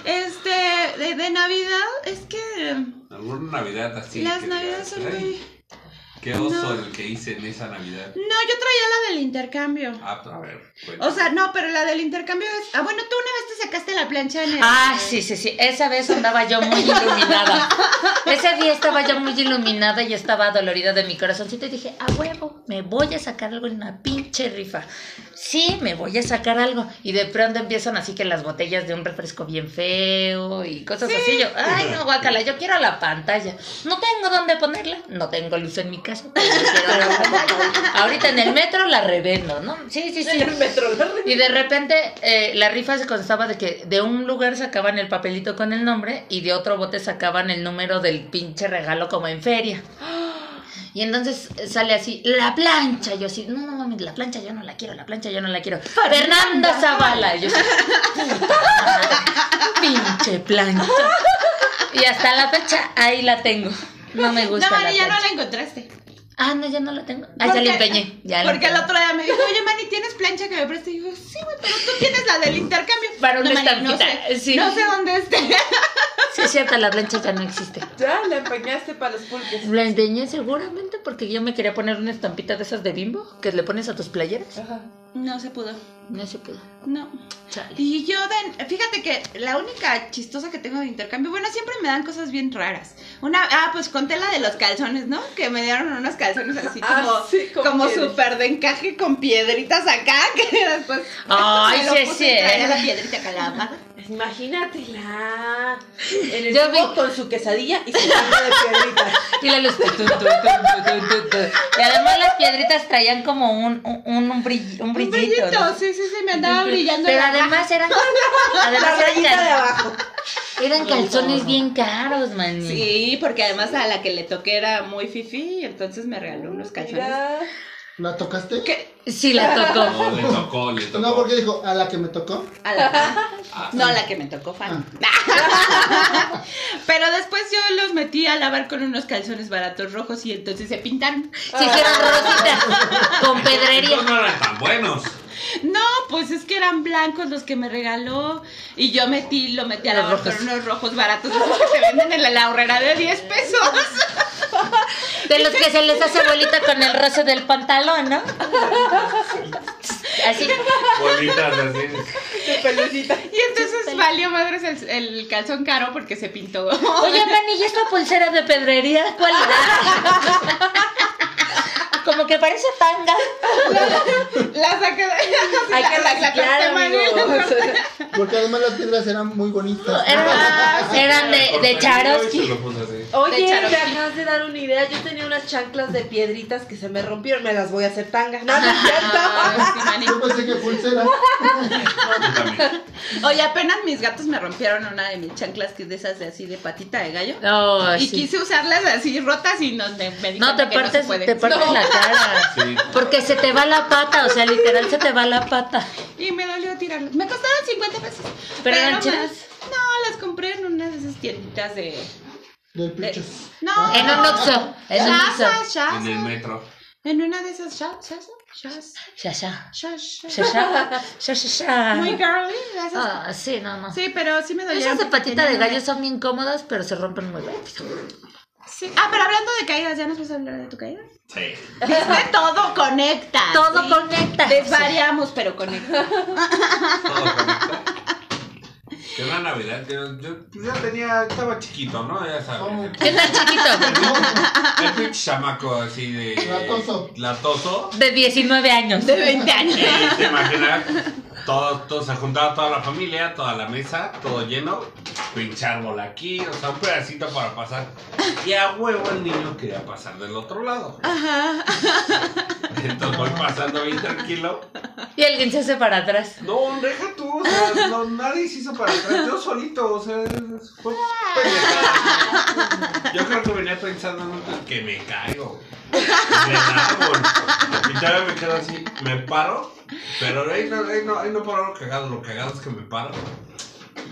Speaker 2: Este, de, de Navidad, es que.
Speaker 4: Alguna Navidad así.
Speaker 2: las
Speaker 4: que
Speaker 2: Navidades
Speaker 4: digas,
Speaker 2: son
Speaker 4: "Ay,
Speaker 2: muy.
Speaker 4: Qué oso
Speaker 2: No.
Speaker 4: el que hice en esa Navidad.
Speaker 2: No, yo traía la del intercambio.
Speaker 4: Ah, a ver. cuenta.
Speaker 2: O sea, no, pero la del intercambio es. Ah, bueno, tú una vez te sacaste la plancha en el.
Speaker 1: Ah, sí, sí, sí. Esa vez andaba yo muy iluminada. Ese día estaba yo muy iluminada y estaba dolorida de mi corazoncito. Y dije, a huevo, me voy a sacar algo en una pinche rifa. Sí, me voy a sacar algo. Y de pronto empiezan así que las botellas de un refresco bien feo y cosas así. Yo, ay, no, guácala, yo quiero la pantalla. No tengo dónde ponerla. No tengo luz en mi casa. pero yo [LAUGHS] quiero la pantalla. Ahorita en el metro la revendo, ¿no? Sí, sí, sí.
Speaker 6: En [LAUGHS] el metro.
Speaker 1: Y de repente eh, la rifa se constaba de que de un lugar sacaban el papelito con el nombre y de otro bote sacaban el número del pinche regalo como en feria. [GASPS] Y entonces eh, sale así, la plancha. Yo así, no, no mames, la plancha yo no la quiero, la plancha yo no la quiero. Fernanda Zavala. Yo así, puta madre, pinche plancha. Y hasta la fecha ahí la tengo. No me gusta.
Speaker 2: No,
Speaker 1: la
Speaker 2: Mari, ya
Speaker 1: plancha.
Speaker 2: no la encontraste.
Speaker 1: Ah, no, ya no la tengo. Ah, ya la empeñé. Ya la
Speaker 2: porque el
Speaker 1: empeñé.
Speaker 2: otro día me dijo, oye, Mani, ¿tienes plancha que me preste? Y yo, sí, güey, pero tú tienes la del intercambio.
Speaker 1: Para una
Speaker 2: Mani,
Speaker 1: estampita,
Speaker 2: sé,
Speaker 1: sí.
Speaker 2: no sé
Speaker 1: [LAUGHS]
Speaker 2: dónde esté.
Speaker 1: Sí, es cierto, la plancha ya no existe.
Speaker 6: Ya la empañaste para los pulques.
Speaker 1: La empeñé seguramente porque yo me quería poner una estampita de esas de bimbo que le pones a tus playeras.
Speaker 6: Ajá.
Speaker 2: No se pudo.
Speaker 1: No se pudo.
Speaker 2: No.
Speaker 1: Chale.
Speaker 2: Y yo, de- fíjate que la única chistosa que tengo de intercambio, bueno, siempre me dan cosas bien raras. Una, ah, pues conté la de los calzones, ¿no? Que me dieron unos calzones así
Speaker 6: Ah,
Speaker 2: como,
Speaker 6: sí, con
Speaker 2: como
Speaker 6: piedras.
Speaker 2: súper de encaje con piedritas acá, [LAUGHS] que después
Speaker 1: Ay,
Speaker 2: me lo
Speaker 1: sí es
Speaker 2: puse y traía
Speaker 1: cierto.
Speaker 2: la piedrita calada.
Speaker 6: Imagínatela. En el
Speaker 1: Yo
Speaker 6: tubo
Speaker 1: vi-
Speaker 6: con su quesadilla y su mano de [LAUGHS] piedrita.
Speaker 1: Y la luz. tu, tu, tu, tu, tu, tu, tu. Y además las piedritas traían como un, un, un, brill- un
Speaker 2: Un
Speaker 1: brillito.
Speaker 2: brillito,
Speaker 1: ¿no?
Speaker 2: sí, sí, sí, me andaba brillando.
Speaker 1: Pero
Speaker 2: la
Speaker 1: además [LAUGHS] eran,
Speaker 6: La
Speaker 1: además eran,
Speaker 6: rayita de
Speaker 1: cal-
Speaker 6: abajo.
Speaker 1: eran calzones bien caros, man.
Speaker 2: [LAUGHS] Sí, porque además a la que le toqué era muy fifi, entonces me regaló unos calzones.
Speaker 6: Mira.
Speaker 5: ¿La tocaste?
Speaker 1: Sí, la tocó.
Speaker 4: No, le tocó, le tocó.
Speaker 5: No, porque dijo, a la que me tocó.
Speaker 2: A la- no, la que me tocó fan. Ah. [LAUGHS] Pero después yo los metí a lavar con unos calzones baratos rojos y entonces se pintaron.
Speaker 1: Se hicieron [LAUGHS] rositas con pedrería.
Speaker 4: Estos no eran tan buenos.
Speaker 2: No, pues es que eran blancos los que me regaló y yo metí, lo metí a
Speaker 1: Los
Speaker 2: lavar
Speaker 1: rojos.
Speaker 2: con unos rojos baratos esos que se venden en la, la horrera de 10 pesos. [LAUGHS]
Speaker 1: De los que se les hace bolita con el roce del pantalón, ¿no? Así.
Speaker 4: Bolitas así.
Speaker 6: De pelucita.
Speaker 2: Y entonces valió madres el, el calzón caro porque se pintó.
Speaker 1: Oye, Manny, ¿y esta pulsera de pedrería cuál era? Como que parece tanga.
Speaker 2: La saqué de [LAUGHS] este
Speaker 1: Hay que
Speaker 2: la- la
Speaker 1: reciclar,
Speaker 2: corté, [LAUGHS] Mari.
Speaker 1: amigos.
Speaker 5: Porque además las piedras eran muy bonitas.
Speaker 2: Ah,
Speaker 1: Eran, [LAUGHS] eran de, de
Speaker 4: Y se
Speaker 1: Charoski.
Speaker 4: lo puso así.
Speaker 2: De
Speaker 3: Oye, me
Speaker 2: charol.
Speaker 3: acabas de dar una idea. Yo tenía unas chanclas de piedritas que se me rompieron. Me las voy a hacer tangas. No, no es
Speaker 4: [LAUGHS]
Speaker 3: cierto.
Speaker 2: Ah, sí, Mari. [LAUGHS]
Speaker 5: Yo pensé que pulsera.
Speaker 4: Yo también.
Speaker 2: Oye, apenas mis gatos me rompieron una de mis chanclas que es de esas de así de patita de gallo.
Speaker 1: No,
Speaker 2: y
Speaker 1: sí.
Speaker 2: quise usarlas así rotas y no me, me di
Speaker 1: No, te
Speaker 2: cuenta que se
Speaker 1: partes,
Speaker 2: puede.
Speaker 1: te partes
Speaker 2: No.
Speaker 1: la cara.
Speaker 4: Sí.
Speaker 1: Porque se te va la pata, o sea, literal se te va la pata.
Speaker 2: Y me dolió tirarlas. Me costaron 50 pesos.
Speaker 1: ¿Pero eran
Speaker 2: más-
Speaker 1: chidas?
Speaker 2: No, las compré en una de esas tienditas de.
Speaker 5: Del
Speaker 2: de-
Speaker 5: pichos.
Speaker 2: Eh, No.
Speaker 1: En un oxo, en un oxo.
Speaker 2: Shazas,
Speaker 4: En el
Speaker 2: shazas.
Speaker 4: metro.
Speaker 2: En una de esas shazas, shazas,
Speaker 1: Shasha.
Speaker 2: shazas.
Speaker 1: Shasha. Shasha.
Speaker 2: Muy girly. de esas.
Speaker 1: Ah, sí, no, no.
Speaker 2: Sí, pero sí me dolieron.
Speaker 1: Esas de
Speaker 2: porque
Speaker 1: patita de
Speaker 2: tenía-
Speaker 1: gallo son bien cómodas, pero se rompen muy rápido.
Speaker 2: Sí. Ah, pero hablando de caídas, ¿ya nos vas a hablar de tu caída?
Speaker 4: Sí.
Speaker 2: Viste, todo conecta.
Speaker 1: Todo
Speaker 2: sí.
Speaker 1: conecta.
Speaker 2: Desvariamos, pero conecta.
Speaker 4: Todo conectado. Que una Navidad, yo, yo, pues ya tenía, estaba chiquito, ¿no? Ya sabes.
Speaker 1: ¿Qué tan chiquito?
Speaker 5: Ah,
Speaker 4: El pinche chamaco así de.
Speaker 5: Latoso.
Speaker 4: Latoso.
Speaker 1: De 19 años.
Speaker 2: De 20 años.
Speaker 4: Eh, te imaginas, todo, todo, se juntaba toda la familia, toda la mesa, todo lleno, pinche árbol aquí, o sea, un pedacito para pasar. Y a huevo el niño quería pasar del otro lado. Entonces voy pasando bien tranquilo.
Speaker 1: Y alguien se hace para atrás.
Speaker 4: No, deja tú, o sea, no, nadie se hizo para atrás, yo solito, o sea, fue pendejada. Yo creo que venía pensando en un- que me caigo. En el árbol. Y todavía me quedo así, me paro, pero ahí no, ahí no, ahí no paro lo cagado, lo cagado es que me paro.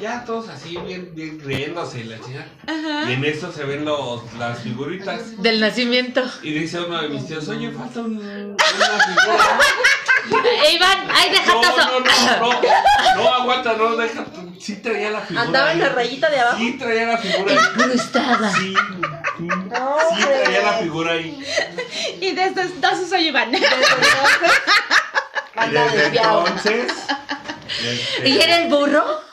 Speaker 4: Ya todos así, bien, bien riéndose y la chica. Y en eso se ven los, las figuritas.
Speaker 1: Del nacimiento.
Speaker 4: Y dice uno de mis tíos, oye, falta un- una figura.
Speaker 1: Eh, Iván, ay, deja
Speaker 4: No,
Speaker 1: tazo.
Speaker 4: no, no, no, no, aguanta, no, deja. Sí traía la figura.
Speaker 3: Andaba en
Speaker 4: ahí.
Speaker 3: la rayita de abajo.
Speaker 4: Sí traía la figura ahí.
Speaker 1: Incrustada.
Speaker 4: Sí.
Speaker 3: No,
Speaker 4: Sí traía la figura ahí.
Speaker 2: Y desde entonces soy Iván. [LAUGHS]
Speaker 4: Y
Speaker 3: Anda
Speaker 4: desde
Speaker 3: desviado.
Speaker 4: entonces.
Speaker 1: ¿Y
Speaker 4: este,
Speaker 1: era el burro?
Speaker 2: [LAUGHS]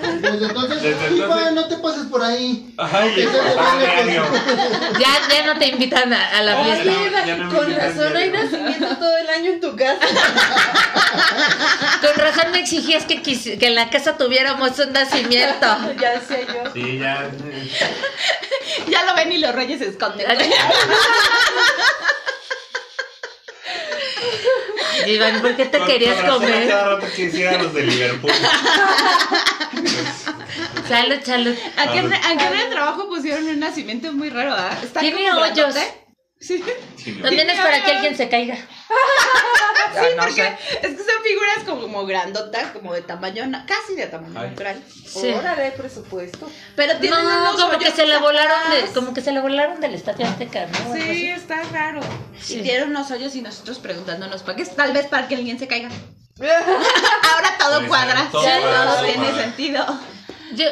Speaker 5: Desde entonces,
Speaker 4: Desde entonces-
Speaker 5: Iván, no te pases por ahí.
Speaker 4: Ay, el diario.
Speaker 1: Ya, ya no te invitan a, a la
Speaker 4: Oye,
Speaker 1: fiesta.
Speaker 4: no, ya no me
Speaker 3: Con
Speaker 4: invitan
Speaker 3: razón hay
Speaker 4: diario.
Speaker 3: nacimiento todo el año en tu casa. [LAUGHS]
Speaker 1: Con razón me exigías que, quisi- que en la casa tuviéramos un nacimiento.
Speaker 3: ya decía yo.
Speaker 4: Sí, ya. eh,
Speaker 2: Ya lo ven y los reyes se esconden.
Speaker 1: Iván, ¿por qué te
Speaker 4: con-
Speaker 1: querías
Speaker 4: con razón a
Speaker 1: comer?
Speaker 4: Cada rato que hicieran los de Liverpool.
Speaker 1: Salud, salud.
Speaker 2: Aquí en, aquí en el trabajo pusieron un nacimiento muy raro, ¿ah? Está
Speaker 1: Tiene
Speaker 2: como
Speaker 1: hoyos.
Speaker 2: grandote. Sí.
Speaker 4: Sí,
Speaker 1: No tienes para que alguien se caiga. Ah,
Speaker 2: sí,
Speaker 1: no
Speaker 2: porque
Speaker 1: sé.
Speaker 2: es que son figuras como, como grandotas, como de tamaño, na- casi de tamaño
Speaker 4: Ay.
Speaker 2: natural.
Speaker 1: Sí.
Speaker 6: Órale, presupuesto.
Speaker 2: Pero tienen
Speaker 1: No,
Speaker 2: unos
Speaker 1: como que
Speaker 2: rollos
Speaker 1: se le
Speaker 2: acá
Speaker 1: volaron de,
Speaker 2: atrás.
Speaker 1: como que se le volaron del Estadio Azteca, ¿no? Algo
Speaker 6: Sí,
Speaker 1: así.
Speaker 6: está raro.
Speaker 1: Sí.
Speaker 2: Y tienen unos hoyos y nosotros preguntándonos para qué, tal vez para que alguien se
Speaker 4: [LAUGHS]
Speaker 2: caiga. Ahora todo
Speaker 4: Exacto,
Speaker 2: cuadra,
Speaker 4: todo
Speaker 2: ya
Speaker 4: cuadra,
Speaker 2: todo
Speaker 4: todo
Speaker 2: tiene
Speaker 4: cuadra.
Speaker 2: sentido.
Speaker 1: Yo,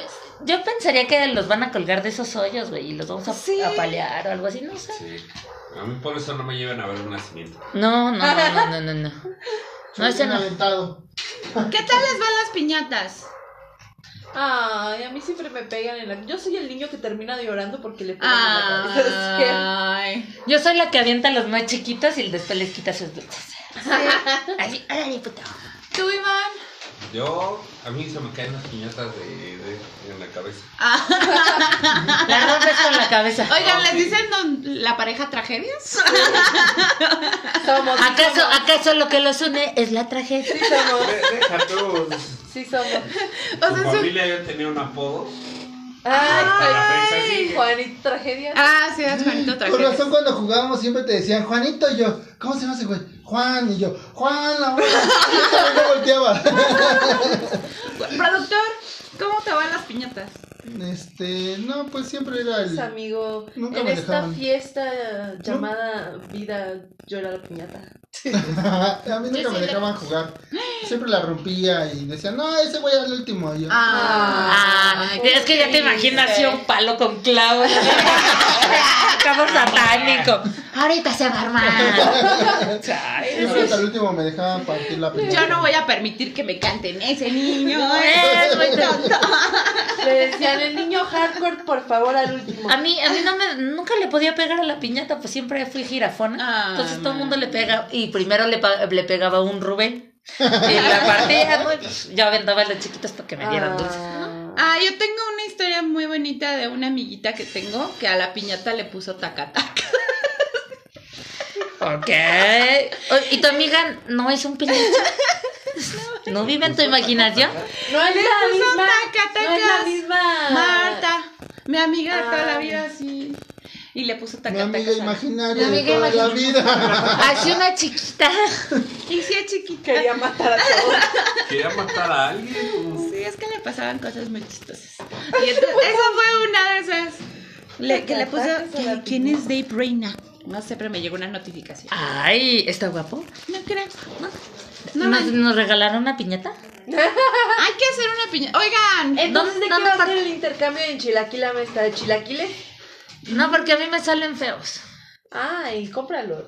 Speaker 1: yo pensaría que los van a colgar de esos hoyos, güey, y los vamos a,
Speaker 2: Sí.
Speaker 1: a palear o algo así, no sé.
Speaker 4: Sí. A mí por eso no me llevan a ver un nacimiento.
Speaker 1: No, no, no, no, no, no, no. No, ese
Speaker 2: [LAUGHS]
Speaker 5: bien
Speaker 1: no.
Speaker 5: aventado.
Speaker 2: ¿Qué tal les van las piñatas?
Speaker 3: Ay, a mí siempre me pegan en la... Yo soy el niño que termina llorando porque le pegan
Speaker 2: Ah.
Speaker 3: en la cabeza. Es que-
Speaker 2: Ay.
Speaker 1: Yo soy la que avienta a los más chiquitos y después les quita sus dulces. Así, órale, puto.
Speaker 2: ¿Tú, Iván?
Speaker 4: Yo, a mí se me caen las piñatas de, de- en la cabeza.
Speaker 1: La rompes con la cabeza.
Speaker 2: Oigan,
Speaker 4: Ah,
Speaker 2: ¿les
Speaker 4: sí.
Speaker 2: dicen don- la pareja tragedias?
Speaker 3: Somos, sí
Speaker 1: ¿Acaso,
Speaker 3: somos,
Speaker 1: acaso lo que los une es la tragedia?
Speaker 3: sí somos,
Speaker 4: De- Deja tú.
Speaker 3: sí somos.
Speaker 4: Tu familia yo tenía un apodo. Hasta
Speaker 3: Ay,
Speaker 4: la fecha
Speaker 3: ay,
Speaker 4: sigue.
Speaker 3: Juanito, tragedia.
Speaker 2: Ah, sí, es Juanito
Speaker 5: Con
Speaker 2: tragedias.
Speaker 5: razón cuando jugábamos siempre te decían Juanito y yo, ¿cómo se llama ese güey? Juan y yo, Juan la bola". Y yo volteaba.
Speaker 2: Productor, ¿cómo te van las piñatas?
Speaker 5: Este, no, pues siempre era el.
Speaker 3: amigo,
Speaker 5: Nunca
Speaker 3: en
Speaker 5: me
Speaker 3: esta
Speaker 5: dejaban.
Speaker 3: fiesta llamada vida llora la piñata.
Speaker 5: [LAUGHS] a mí nunca me dejaban jugar. Siempre la rompía y decían, no, ese güey era el último. Y yo,
Speaker 1: Ah, es que ya te imaginas así un palo con clavos. Acabo satánico. Ahorita se va a armar. Chale.
Speaker 5: siempre hasta el último me dejaban partir la piñata.
Speaker 2: Yo no voy a permitir que me canten ese niño. ¿eh?
Speaker 1: Es muy tonto.
Speaker 3: Le decían el niño hardcore, por favor, al último.
Speaker 1: A mí, a mí no me, nunca le podía pegar a la piñata, pues siempre fui girafona.
Speaker 2: Ah,
Speaker 1: Entonces todo el
Speaker 2: man.
Speaker 1: mundo le pega, y primero le, pa- le pegaba un Rubén. Y la partida, ¿no? Y, pues, yo aventaba a los chiquitos para que me dieran dulces.
Speaker 3: Ah.
Speaker 2: Ah, yo tengo una historia muy bonita de una amiguita que tengo que a la piñata le puso tacataca.
Speaker 1: Ok. O- ¿Y tu amiga no es un [LAUGHS] piñata? ¿No vive en tu imaginación?
Speaker 3: No es la
Speaker 2: puso
Speaker 3: misma.
Speaker 2: taca,
Speaker 3: No es la
Speaker 2: tacas. Ah.
Speaker 3: misma.
Speaker 2: Marta, mi amiga de toda la
Speaker 3: Ay.
Speaker 2: vida, sí. Y le puso
Speaker 5: [LAUGHS] Mi
Speaker 2: tacataca.
Speaker 5: amiga imaginaria
Speaker 1: Mi
Speaker 5: de
Speaker 1: amiga
Speaker 5: toda la vida. [LAUGHS]
Speaker 1: Así una chiquita.
Speaker 2: Y sí, es chiquita.
Speaker 6: Quería matar a todos.
Speaker 3: [LAUGHS]
Speaker 4: Quería matar a alguien.
Speaker 2: Sí, es que le pasaban cosas muy chistosas. Y entonces, [LAUGHS] esa fue una de esas. Le- que le puso.
Speaker 3: Tacatacas a la
Speaker 2: "¿Qui- ¿Quién es Dave Reina? No sé, pero me llegó una notificación.
Speaker 1: Ay, está guapo.
Speaker 2: No creo. No. No,
Speaker 1: ¿Nos,
Speaker 2: no.
Speaker 1: nos regalaron una piñata?
Speaker 2: Hay que hacer una piña. Oigan,
Speaker 3: Entonces, ¿de qué
Speaker 1: ¿Dónde
Speaker 3: va a
Speaker 1: está?
Speaker 3: ser el intercambio en Chilaquila Mesta? ¿De Chilaquiles?
Speaker 1: No, porque a mí me salen feos.
Speaker 3: Ay, cómpralo.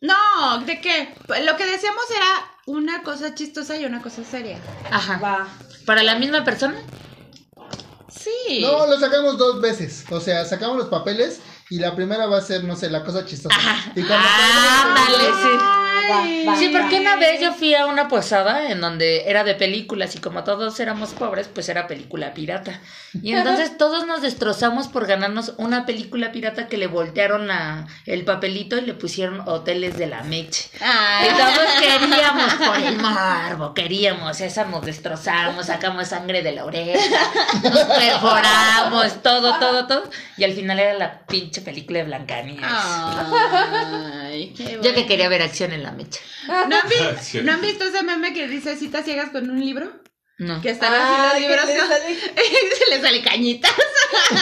Speaker 2: no, ¿de qué? Lo que decíamos era una cosa chistosa y una cosa seria.
Speaker 1: Ajá.
Speaker 3: Va.
Speaker 1: ¿Para la misma persona?
Speaker 2: Sí.
Speaker 5: No, lo sacamos dos veces. O sea, sacamos los papeles y la primera va a ser, no sé, la cosa chistosa. Y cuando
Speaker 1: Ándale, sí.
Speaker 2: Ay.
Speaker 3: Va, va,
Speaker 1: Sí, porque una vez yo fui a una posada en donde era de películas y como todos éramos pobres, pues era película pirata. Y entonces todos nos destrozamos por ganarnos una película pirata que le voltearon la- el papelito y le pusieron hoteles de la meche.
Speaker 2: Ay.
Speaker 1: Entonces queríamos por el morbo, queríamos, esa nos destrozamos, sacamos sangre de la oreja, nos perforamos, todo, todo, todo. Y al final era la pinche película de Blancanieves.
Speaker 2: Ay, qué
Speaker 1: Yo que
Speaker 2: bueno.
Speaker 1: quería ver acción en la mecha.
Speaker 2: ¿No han,
Speaker 5: [LAUGHS]
Speaker 2: vi- ¿No han visto ese meme que dice citas ciegas con un libro?
Speaker 1: No.
Speaker 2: [LAUGHS] Que están así los libros.
Speaker 6: que le
Speaker 2: con-
Speaker 6: sale-
Speaker 2: Y [LAUGHS] se le sale cañita.
Speaker 1: No,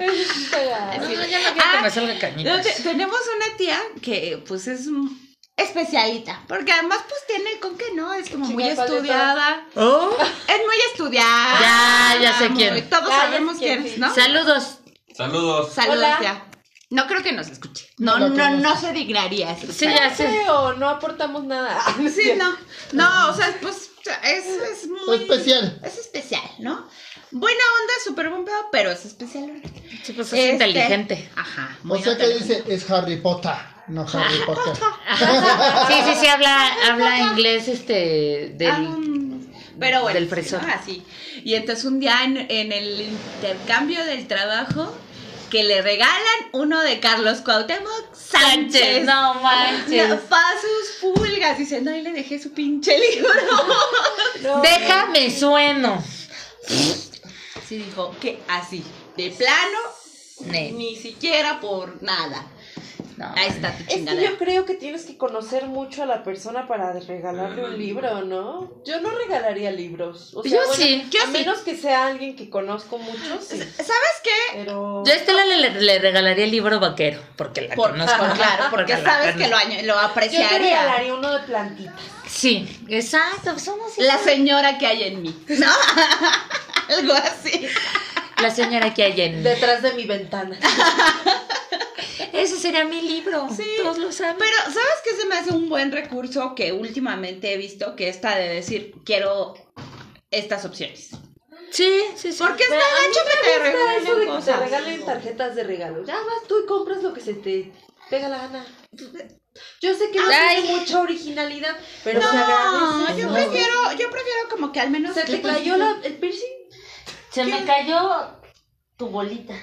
Speaker 3: Ay,
Speaker 1: [LAUGHS] yo no quiero que
Speaker 2: Ah,
Speaker 1: me salga
Speaker 2: No, te-
Speaker 1: cañitas.
Speaker 2: tenemos una tía que pues es mm, especialita, porque además pues tiene el con que no, es como muy
Speaker 3: Chica, ¿cuál de
Speaker 2: estudiada,
Speaker 1: Oh,
Speaker 2: es muy estudiada.
Speaker 1: Ya, ya sé
Speaker 2: muy-
Speaker 1: quién.
Speaker 2: Todos
Speaker 3: Ya, ya
Speaker 2: sabemos
Speaker 3: sé quién,
Speaker 2: quién es,
Speaker 3: sí.
Speaker 2: ¿no?
Speaker 1: Saludos.
Speaker 4: Saludos.
Speaker 2: Saludos,
Speaker 3: Hola.
Speaker 2: tía. No creo que nos escuche. No,
Speaker 5: No
Speaker 2: no,
Speaker 5: la
Speaker 2: no,
Speaker 5: conozco.
Speaker 2: se dignaría. eso.
Speaker 1: Sí, ya sé.
Speaker 3: o no aportamos
Speaker 1: [LAUGHS]
Speaker 3: nada.
Speaker 2: Sí, no. No, o sea, pues es, es muy...
Speaker 5: Especial.
Speaker 2: Es especial, ¿no? Buena onda, súper buen pedo, pero es especial.
Speaker 1: Sí, pues es
Speaker 2: Este,
Speaker 1: inteligente.
Speaker 2: Ajá.
Speaker 5: O
Speaker 2: muy
Speaker 5: sea que
Speaker 2: inteligente.
Speaker 5: dice, es Harry Potter, no Harry Potter.
Speaker 1: Sí, sí, sí, habla, habla inglés este
Speaker 2: Ah,
Speaker 1: del...
Speaker 2: un- pero bueno,
Speaker 1: del fresón.
Speaker 2: sí, ¿no? Así. Y entonces un día en, en el intercambio del trabajo que le regalan uno de Carlos Cuauhtémoc Sánchez.
Speaker 1: Sánchez, no manches.
Speaker 2: No, pa' sus pulgas. Dice, no, y le dejé su pinche libro. [LAUGHS]
Speaker 1: Déjame sueno.
Speaker 2: Sí, dijo que así, de plano,
Speaker 1: Ne.
Speaker 2: ni siquiera por nada.
Speaker 5: No,
Speaker 2: Ahí está tu
Speaker 6: Es
Speaker 2: chingada.
Speaker 6: que yo creo que tienes que conocer mucho a la persona para regalarle un libro, ¿no? Yo no regalaría libros. O sea,
Speaker 1: Yo
Speaker 6: bueno,
Speaker 1: sí, yo
Speaker 6: a
Speaker 1: sí.
Speaker 6: menos que sea alguien que conozco mucho, sí.
Speaker 2: ¿Sabes qué?
Speaker 6: Pero.
Speaker 1: Yo a Estela le, le regalaría el libro vaquero, porque la
Speaker 2: Por,
Speaker 1: conozco.
Speaker 2: por- [LAUGHS] claro, porque
Speaker 1: la
Speaker 2: sabes
Speaker 1: conozco.
Speaker 2: que lo, año- lo
Speaker 6: Yo te
Speaker 2: apreciaría.
Speaker 6: regalaría uno de plantitas.
Speaker 1: Sí, exacto, somos
Speaker 2: La señora que hay en mí, ¿no? [LAUGHS] Algo así.
Speaker 1: la señora que hay
Speaker 2: [LAUGHS]
Speaker 1: en...
Speaker 3: Detrás de mi ventana.
Speaker 1: Ese sería mi libro,
Speaker 2: Sí.
Speaker 1: todos lo saben.
Speaker 2: Pero, ¿sabes qué se me hace un buen recurso que últimamente he visto? Que está de decir, quiero estas opciones.
Speaker 1: Sí, sí, sí.
Speaker 2: Porque está gacho que te
Speaker 3: Está eso de
Speaker 2: regalen
Speaker 3: que te
Speaker 2: cosas.
Speaker 3: regalen tarjetas de regalo. Ya vas tú y compras lo que se te pega la gana. Yo sé que no
Speaker 1: Ay.
Speaker 3: tiene mucha originalidad, pero se
Speaker 2: No,
Speaker 3: agradece.
Speaker 2: yo
Speaker 3: ¿no?
Speaker 2: prefiero, yo prefiero como que al menos...
Speaker 3: ¿Se te cayó la- el piercing?
Speaker 1: Se me cayó tu bolita.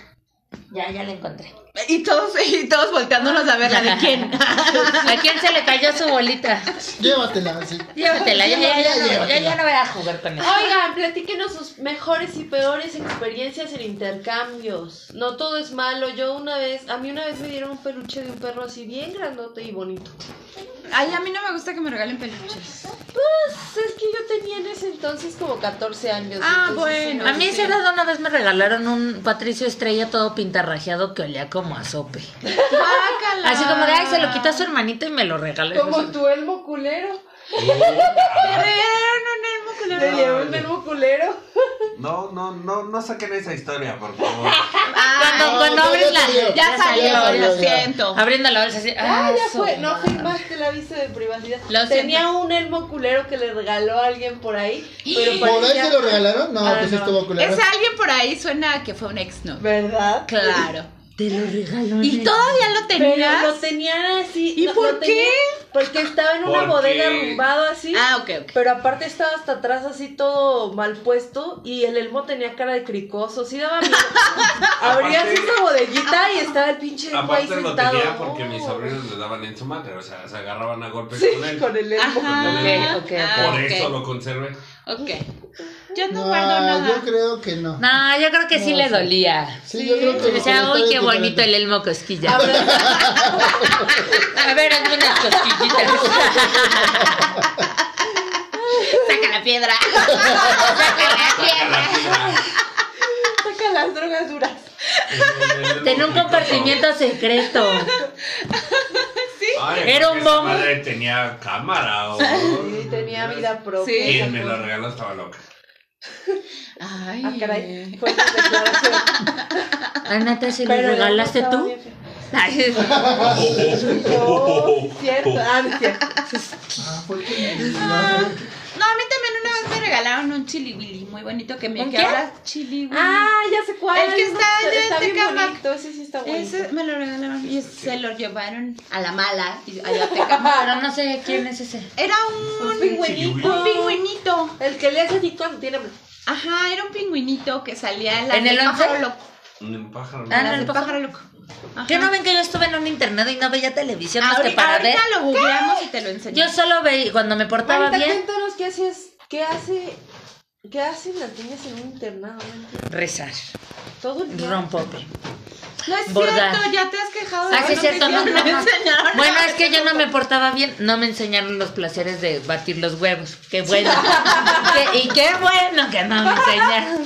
Speaker 1: Ya, ya la encontré.
Speaker 2: Y todos, [LAUGHS] y todos volteándonos a ver la [LAUGHS] de quién.
Speaker 1: [LAUGHS] ¿A quién se le cayó su bolita?
Speaker 5: Llévatela, sí.
Speaker 1: Llévatela, ya, ya, ya, no,
Speaker 5: Llévatela.
Speaker 1: ya, ya no voy a jugar con ella.
Speaker 3: Oigan, platíquenos sus mejores y peores experiencias en intercambios. No todo es malo. Yo una vez, a mí una vez me dieron un peluche de un perro así bien grandote y bonito.
Speaker 2: Ay, a mí no me gusta que me regalen peluches.
Speaker 3: Pues es que yo tenía en ese entonces como 14 años.
Speaker 2: Ah,
Speaker 3: entonces,
Speaker 2: bueno.
Speaker 1: A mí esa edad una vez me regalaron un Patricio Estrella todo pintarrajeado que olía como a sope.
Speaker 2: [LAUGHS] Guácala.
Speaker 1: Así como de, ay, se lo quita a su hermanita y me lo regaló.
Speaker 6: Como tu elmo culero.
Speaker 2: Me regalaron un
Speaker 6: Le
Speaker 2: elmo culero.
Speaker 6: dieron un elmo culero.
Speaker 4: [LAUGHS] No, no, no, no saquen esa historia, por favor.
Speaker 2: Ah,
Speaker 1: Cuando, cuando
Speaker 5: ya
Speaker 1: abres la...
Speaker 2: ya
Speaker 5: salió, ya
Speaker 2: salió,
Speaker 5: salió,
Speaker 2: lo
Speaker 5: ya.
Speaker 2: siento.
Speaker 1: Abriendo la bolsa así.
Speaker 6: Ah,
Speaker 1: ah,
Speaker 6: ya
Speaker 1: su
Speaker 6: fue. No
Speaker 1: madre.
Speaker 6: firmaste la vista de privacidad.
Speaker 2: Lo
Speaker 3: Tenía un elmo culero que le regaló a alguien por ahí. Pero
Speaker 5: ¿Por ahí
Speaker 3: parecía-
Speaker 5: se lo regalaron? No,
Speaker 3: Ah,
Speaker 5: pues
Speaker 3: no.
Speaker 5: estuvo culero.
Speaker 2: Es alguien por ahí suena a que fue un ex no.
Speaker 6: ¿Verdad?
Speaker 2: Claro.
Speaker 1: Te lo regaló.
Speaker 2: Y todavía Mm. lo
Speaker 3: Pero
Speaker 2: tenías.
Speaker 3: lo tenían así.
Speaker 2: ¿Y
Speaker 3: no,
Speaker 2: por
Speaker 3: lo
Speaker 2: qué?
Speaker 3: tenía- porque estaba en una
Speaker 4: Porque-
Speaker 3: bodega arrumbado así.
Speaker 2: Ah, ok, ok.
Speaker 3: Pero aparte estaba hasta atrás así todo mal puesto y el elmo tenía cara de cricoso, sí daba
Speaker 4: [LAUGHS]
Speaker 3: miedo. Abrías
Speaker 4: Aparte-
Speaker 3: esa bodeguita y estaba el pinche elmo ahí
Speaker 4: Aparte lo
Speaker 3: sentado. Oh.
Speaker 4: tenía porque
Speaker 3: No.
Speaker 4: mis sobrinos le daban en su madre, o sea, se agarraban a golpes
Speaker 6: Sí,
Speaker 4: con él.
Speaker 6: con el elmo.
Speaker 2: Ajá.
Speaker 1: Ok, ok, ok.
Speaker 2: Ah,
Speaker 4: Por
Speaker 2: ok.
Speaker 4: eso lo conservé.
Speaker 2: Ok. Yo no
Speaker 5: No,
Speaker 2: guardo nada.
Speaker 5: Ah, yo creo que no.
Speaker 1: No, yo creo que sí
Speaker 5: No,
Speaker 1: le
Speaker 5: sí.
Speaker 1: dolía.
Speaker 5: Sí, yo creo que
Speaker 1: O sea,
Speaker 5: no,
Speaker 1: uy,
Speaker 5: está
Speaker 1: qué
Speaker 5: bien
Speaker 1: bonito
Speaker 5: diferente.
Speaker 1: el elmo cosquilla.
Speaker 3: Abrazaba-
Speaker 1: [LAUGHS] A ver, hazme unas cosquillitas. Saca la piedra. Saca la
Speaker 4: Saca
Speaker 1: piedra.
Speaker 4: la tira.
Speaker 6: Saca las drogas duras.
Speaker 1: Tenía un compartimiento secreto.
Speaker 4: Ay,
Speaker 1: Era
Speaker 4: porque
Speaker 1: un
Speaker 4: esa
Speaker 1: bombo.
Speaker 4: madre tenía cámara o...
Speaker 6: Sí, tenía vida propia.
Speaker 2: Sí.
Speaker 4: Quien me lo regaló estaba loca.
Speaker 2: Ay. eh.
Speaker 6: Ah, caray. Fue tu declaración.
Speaker 1: Anata, ¿se lo
Speaker 6: Pero el elmo
Speaker 1: regalaste
Speaker 6: estaba
Speaker 1: tú?
Speaker 6: bien feo.
Speaker 1: Ay,
Speaker 3: Oh,
Speaker 6: No, cierto. Ah, no es cierto.
Speaker 5: Ah, ¿por qué no?
Speaker 2: No, a mí también una vez me regalaron un chili willy muy bonito que me
Speaker 1: ¿Un
Speaker 2: que
Speaker 1: qué?
Speaker 2: ahora chili willy.
Speaker 6: Ah, ya sé cuál.
Speaker 2: El que está
Speaker 6: Está,
Speaker 2: de este
Speaker 6: bien
Speaker 2: cama.
Speaker 6: bonito, ese sí está bonito.
Speaker 2: Ese me lo regalaron y se lo llevaron a la mala y allá te
Speaker 1: Pero no sé quién es ese.
Speaker 2: Era un,
Speaker 6: Un pingüinito.
Speaker 2: un pingüinito.
Speaker 3: el que le hace así cuando tiene
Speaker 2: Ajá, era un pingüinito que salía en, la
Speaker 1: ¿En el
Speaker 2: del
Speaker 1: once?
Speaker 2: pájaro loco.
Speaker 4: Un pájaro.
Speaker 1: Ah,
Speaker 2: en la
Speaker 1: no,
Speaker 2: del
Speaker 1: el
Speaker 2: pájaro,
Speaker 1: pájaro.
Speaker 2: loco. Ajá.
Speaker 1: ¿Qué no ven que yo estuve en un internado y no veía televisión más que
Speaker 2: Ahorita,
Speaker 1: para ver?
Speaker 2: ahorita lo googleamos y te lo enseño.
Speaker 1: Yo solo veía, cuando me portaba
Speaker 6: Marta,
Speaker 1: bien,
Speaker 6: cuéntanos qué haces, qué hace, qué hacen las niñas en un internado. no entiendo.
Speaker 1: rezar,
Speaker 6: Todo el día.
Speaker 1: rompope.
Speaker 2: no es
Speaker 1: Bordar.
Speaker 2: cierto, ya te has quejado de
Speaker 1: Ah, sí, es
Speaker 2: lo
Speaker 1: cierto,
Speaker 2: que
Speaker 1: no,
Speaker 2: hicieron.
Speaker 1: no, no.
Speaker 2: Me [LAUGHS] enseñaron
Speaker 1: Bueno,
Speaker 2: a-
Speaker 1: es que yo no me portaba bien, no me enseñaron los placeres de batir los huevos. Qué bueno. Qué- y qué bueno que no me enseñaron.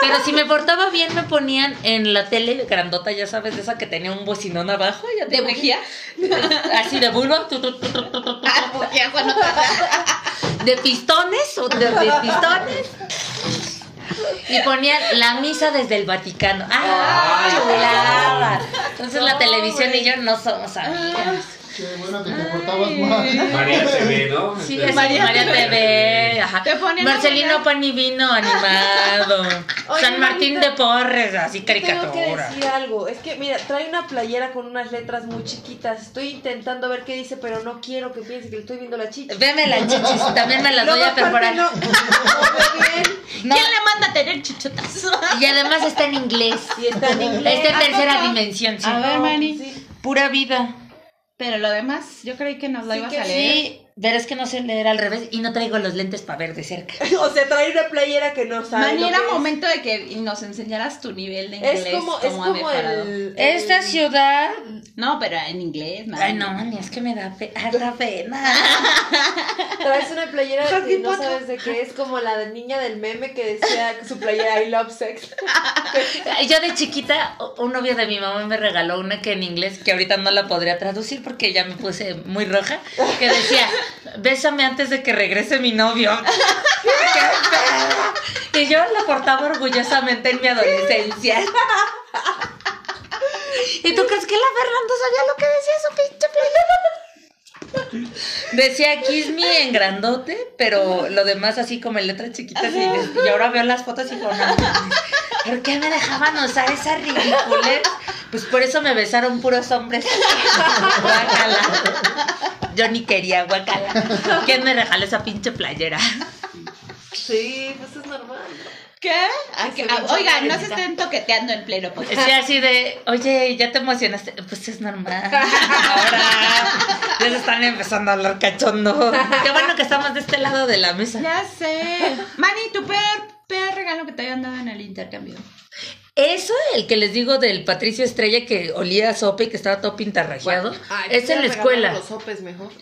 Speaker 1: Pero si me portaba bien, me ponían en la tele grandota, ya sabes, de esa que tenía un bocinón abajo. ya te
Speaker 2: ¿De bujía?
Speaker 1: imaginas. Así de bulbo. tu, tu, tu, tu, tu, tu, tu.
Speaker 2: Ah, bujía, bueno, te-
Speaker 1: De pistones, o de, de pistones. Y ponían la misa desde el Vaticano. ¡Ah,
Speaker 4: Ay,
Speaker 1: chulada! Entonces la
Speaker 3: No,
Speaker 1: televisión y
Speaker 3: güey.
Speaker 1: yo no somos amigas.
Speaker 5: Qué bueno que te portabas mal.
Speaker 4: María TV, ¿no?
Speaker 1: Sí,
Speaker 4: Este,
Speaker 1: es María, TV. Ajá.
Speaker 2: Te ponían a
Speaker 1: Marcelino
Speaker 2: bailar.
Speaker 1: Panivino animado. San Martín
Speaker 3: Marita,
Speaker 1: de Porres, así
Speaker 6: Tengo que
Speaker 1: caricatura.
Speaker 6: decir algo.
Speaker 3: Es que mira, trae una playera con unas letras muy chiquitas. Estoy intentando ver qué dice, pero no quiero que piense que le estoy viendo la chicha.
Speaker 1: Veme las chichis, también me las
Speaker 6: Luego,
Speaker 1: voy a
Speaker 6: aparte,
Speaker 1: perforar.
Speaker 6: No, come bien.
Speaker 2: [LAUGHS]
Speaker 1: No,
Speaker 2: ¿Quién le manda a tener chichotas?
Speaker 1: Y además está en inglés.
Speaker 3: Y está en inglés.
Speaker 1: Está en
Speaker 6: Ah,
Speaker 2: ¿a
Speaker 1: tercera
Speaker 2: poco?
Speaker 1: dimensión, sí.
Speaker 2: A ver, Mani.
Speaker 3: Sí.
Speaker 1: Pura vida.
Speaker 2: Pero lo demás, yo creí que nos lo
Speaker 6: Sí,
Speaker 2: ibas
Speaker 6: que
Speaker 2: a leer.
Speaker 1: Sí. Pero es que no sé leer al revés y no traigo los lentes para ver de cerca.
Speaker 6: O sea, trae una playera que no sabe.
Speaker 2: Mani,
Speaker 6: lo
Speaker 2: era
Speaker 6: que es.
Speaker 2: momento de que nos enseñaras tu nivel de inglés.
Speaker 6: Es como, es
Speaker 2: cómo ha
Speaker 6: como
Speaker 2: mejorado.
Speaker 6: el.
Speaker 1: Esta
Speaker 6: el-
Speaker 1: ciudad.
Speaker 2: No, pero en inglés, Mani.
Speaker 1: Ay, no, mani, es que me da pe- harta pena.
Speaker 6: Traes una playera
Speaker 1: Harry
Speaker 6: que no
Speaker 1: Potter.
Speaker 6: sabes de qué es, como la de niña del meme que decía que su playera I love sex.
Speaker 1: Yo de chiquita, u- un novio de mi mamá me regaló una que en inglés, que ahorita no la podría traducir porque ya me puse muy roja, que decía, bésame antes de que regrese mi novio. [LAUGHS] ¡Qué pedo! Y yo la portaba orgullosamente en mi adolescencia. ¿Y tú crees que la Fernando sabía lo que decía su pinche playera? Decía Kiss Me en grandote, pero lo demás así como en letras chiquitas. Y, y ahora veo las fotos y digo, no, mames, ¿por qué me dejaban usar esa ridiculez? Pues por eso me besaron puros hombres. Guácala. Yo ni quería, guácala. ¿Quién me regaló esa pinche playera?
Speaker 6: Sí, pues es normal.
Speaker 2: ¿Qué? Ah, que- ah,
Speaker 6: mucha
Speaker 2: Oigan, no se
Speaker 6: pobrecita.
Speaker 2: estén toqueteando en pleno podcast.
Speaker 1: Estoy así de, oye, ya te emocionaste. Pues es normal. Ahora ya se están empezando a hablar cachondo. Qué bueno que estamos de este lado de la mesa.
Speaker 2: Ya
Speaker 6: [LAUGHS]
Speaker 2: sé. Mani, tu peor, peor regalo que te hayan dado en el intercambio.
Speaker 1: Eso, el que les digo del Patricio Estrella que olía a sopa y que estaba todo pintarrajeado,
Speaker 6: Ay,
Speaker 1: es en la
Speaker 6: ya
Speaker 1: escuela.
Speaker 6: regalaron Los sopes mejor.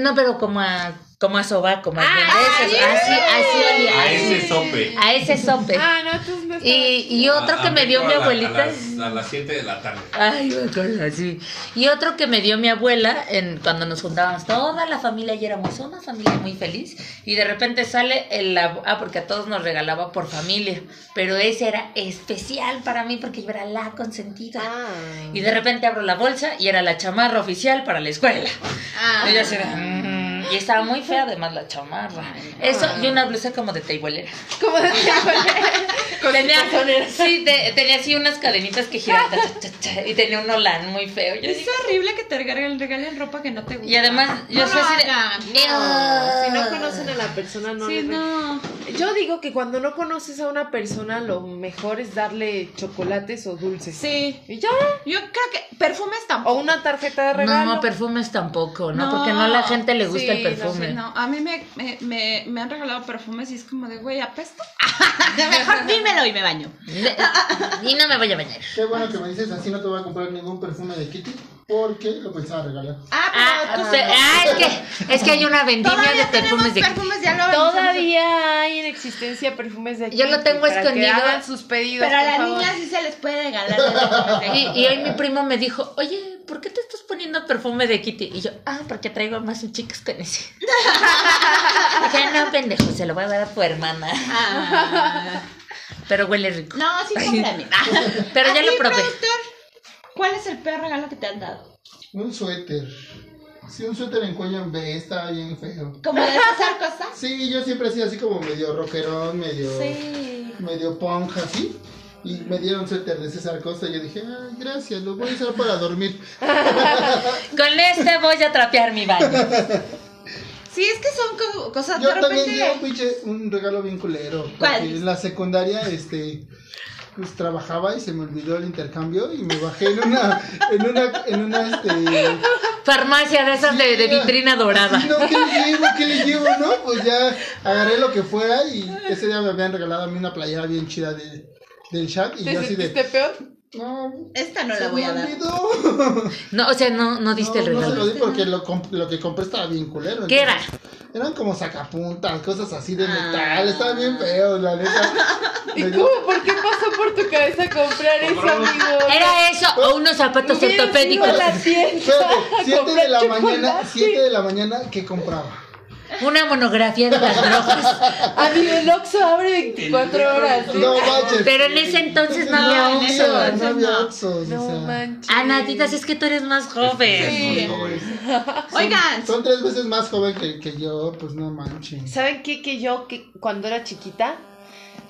Speaker 1: No, pero como a, como a sobaco, más bien.
Speaker 2: ¡Ay,
Speaker 1: Eso, así, así olía.
Speaker 4: A ese sope.
Speaker 1: A ese sope.
Speaker 6: Ah, no, entonces no está.
Speaker 1: Y, y otro
Speaker 4: A-
Speaker 1: que
Speaker 4: a
Speaker 1: me dio
Speaker 4: México
Speaker 1: mi
Speaker 4: a la-
Speaker 1: abuelita.
Speaker 4: A las, a las 7 de la tarde. [LAUGHS]
Speaker 1: Ay, me acuerdo, sí. Y otro que me dio mi abuela en, cuando nos juntábamos toda la familia y éramos una familia muy feliz. Y de repente sale el. ab- Ah, porque a todos nos regalaba por familia. Pero ese era especial para mí porque yo era la consentida.
Speaker 6: Ah.
Speaker 1: Y de repente abro la bolsa y era la chamarra oficial para la escuela. Y yo así de, "Mm". Y estaba muy fea además la chamarra. Eso y una blusa como de teibolera.
Speaker 6: ¿Cómo decía? [LAUGHS]
Speaker 1: Tenía, [LAUGHS] sí, te- tenía así unas cadenitas que giraban. ta, ta, ta, ta, y tenía un olán muy feo. Yo
Speaker 2: Es
Speaker 1: dije,
Speaker 2: horrible que te regalen, regalen ropa que no te gusta.
Speaker 1: Y además, yo
Speaker 2: no
Speaker 1: soy
Speaker 2: lo
Speaker 1: así de-
Speaker 2: hagan.
Speaker 6: Si no
Speaker 1: este
Speaker 6: conocen a la persona, no
Speaker 2: Sí,
Speaker 6: le-
Speaker 2: no.
Speaker 6: Yo digo que cuando no conoces a una persona, lo mejor es darle chocolates o dulces.
Speaker 2: Sí.
Speaker 6: Y ya.
Speaker 2: Yo creo que perfumes
Speaker 6: O
Speaker 2: tampoco.
Speaker 6: una tarjeta de regalo.
Speaker 1: No, perfumes tampoco, ¿no?
Speaker 2: No.
Speaker 1: Porque no a la gente le gusta
Speaker 6: Sí,
Speaker 1: el perfume.
Speaker 2: No, a mí me, me, me, me han regalado perfumes y es como de,
Speaker 1: [LAUGHS]
Speaker 2: güey, apesto. [LAUGHS] Mejor dímelo y me baño.
Speaker 1: Ne- Y no me voy a bañar.
Speaker 5: Qué bueno que me dices, así no te voy a comprar ningún perfume de Kitty porque lo pensaba regalar.
Speaker 2: Ah,
Speaker 1: Ah,
Speaker 2: pero tú-
Speaker 1: pe- ah, es, que, es que hay una vendimia de
Speaker 2: Todavía
Speaker 1: perfumes
Speaker 2: tenemos
Speaker 1: de
Speaker 2: perfumes, ya lo avisamos.
Speaker 6: Todavía hay en existencia perfumes de aquí.
Speaker 1: Yo lo tengo
Speaker 6: para que
Speaker 1: escondido.
Speaker 6: hagan sus pedidos.
Speaker 2: Pero a
Speaker 6: por
Speaker 2: las
Speaker 6: favor.
Speaker 2: niñas sí se les puede regalar. los perfumes de-
Speaker 1: Y, y hoy mi primo me dijo, oye, ¿por qué te estás poniendo perfume de Kitty? Y yo, ah, porque traigo más chicas con ese. [LAUGHS] Dije, no, pendejo, se lo voy a dar a tu hermana.
Speaker 2: Ah.
Speaker 1: Pero huele rico.
Speaker 2: No, sí, cómprame.
Speaker 1: [LAUGHS] Pero ya
Speaker 2: ¿A
Speaker 1: lo
Speaker 2: ti,
Speaker 1: probé.
Speaker 2: productor, ¿Cuál es el peor regalo que te han dado?
Speaker 5: Un suéter. Sí, un suéter en cuello en B está bien feo.
Speaker 2: ¿Como de pasar cosas?
Speaker 5: Sí, yo siempre he sido así como medio rockerón, medio,
Speaker 2: Sí.
Speaker 5: medio punk, así. Y me dieron suéter de César Costa y yo dije, ay, gracias, lo voy a usar para
Speaker 2: [LAUGHS]
Speaker 5: dormir.
Speaker 1: Con este voy a trapear mi baño.
Speaker 2: Sí, es que son co- cosas
Speaker 5: Yo
Speaker 2: de
Speaker 5: también
Speaker 2: repente.
Speaker 5: di un pinche- un regalo bien culero. porque
Speaker 2: ¿Cuál?
Speaker 5: En la secundaria, este, pues trabajaba y se me olvidó el intercambio y me bajé en una, [LAUGHS] en una, en una, este,
Speaker 1: Farmacia de esas de, de vitrina dorada.
Speaker 5: No, ¿qué le llevo? ¿Qué le llevo? No, pues ya agarré lo que fuera y ese día me habían regalado a mí una playera bien chida de, del chat y
Speaker 6: ¿Te
Speaker 5: yo así
Speaker 6: sentiste
Speaker 5: de.
Speaker 6: peor?
Speaker 5: No,
Speaker 2: Esta no
Speaker 5: se
Speaker 2: la voy
Speaker 5: me
Speaker 2: a dar.
Speaker 5: olvidó".
Speaker 1: No, o sea, no, no diste
Speaker 5: No,
Speaker 1: el
Speaker 5: no se
Speaker 1: regalo.
Speaker 5: lo di porque lo, comp- lo que compré estaba bien culero.
Speaker 1: ¿Qué era?
Speaker 5: entonces, Eran como sacapuntas, cosas así de
Speaker 2: Ah.
Speaker 5: metal, estaba bien feo, la neta. Me
Speaker 6: ¿Y
Speaker 5: dio-
Speaker 6: cómo? ¿Por qué pasó por tu cabeza comprar eso,
Speaker 4: Compramos.
Speaker 6: amigo?
Speaker 1: Era eso o unos zapatos
Speaker 6: Hubieras ido a
Speaker 1: ortopédicos.
Speaker 6: la [LAUGHS] tienda
Speaker 5: Espérate,
Speaker 6: a
Speaker 5: 7 de
Speaker 6: comprar
Speaker 5: la mañana,
Speaker 6: chocolate.
Speaker 5: 7 de la mañana, ¿qué compraba?
Speaker 1: Una monografía de las drogas.
Speaker 6: Amigo, el Oxxo abre 24 horas. ¿eh? ¿sí?
Speaker 5: No manches.
Speaker 1: Pero en ese entonces no había
Speaker 5: había,
Speaker 1: eso.
Speaker 5: No había Oxxos,
Speaker 6: No
Speaker 5: o sea.
Speaker 6: manches.
Speaker 1: Anatitas, es que tú eres más joven.
Speaker 4: Sí, no, güey.
Speaker 2: Oigan,
Speaker 5: Son tres veces más joven que, que yo, pues no manches.
Speaker 6: ¿Saben qué? Que yo, que cuando era chiquita,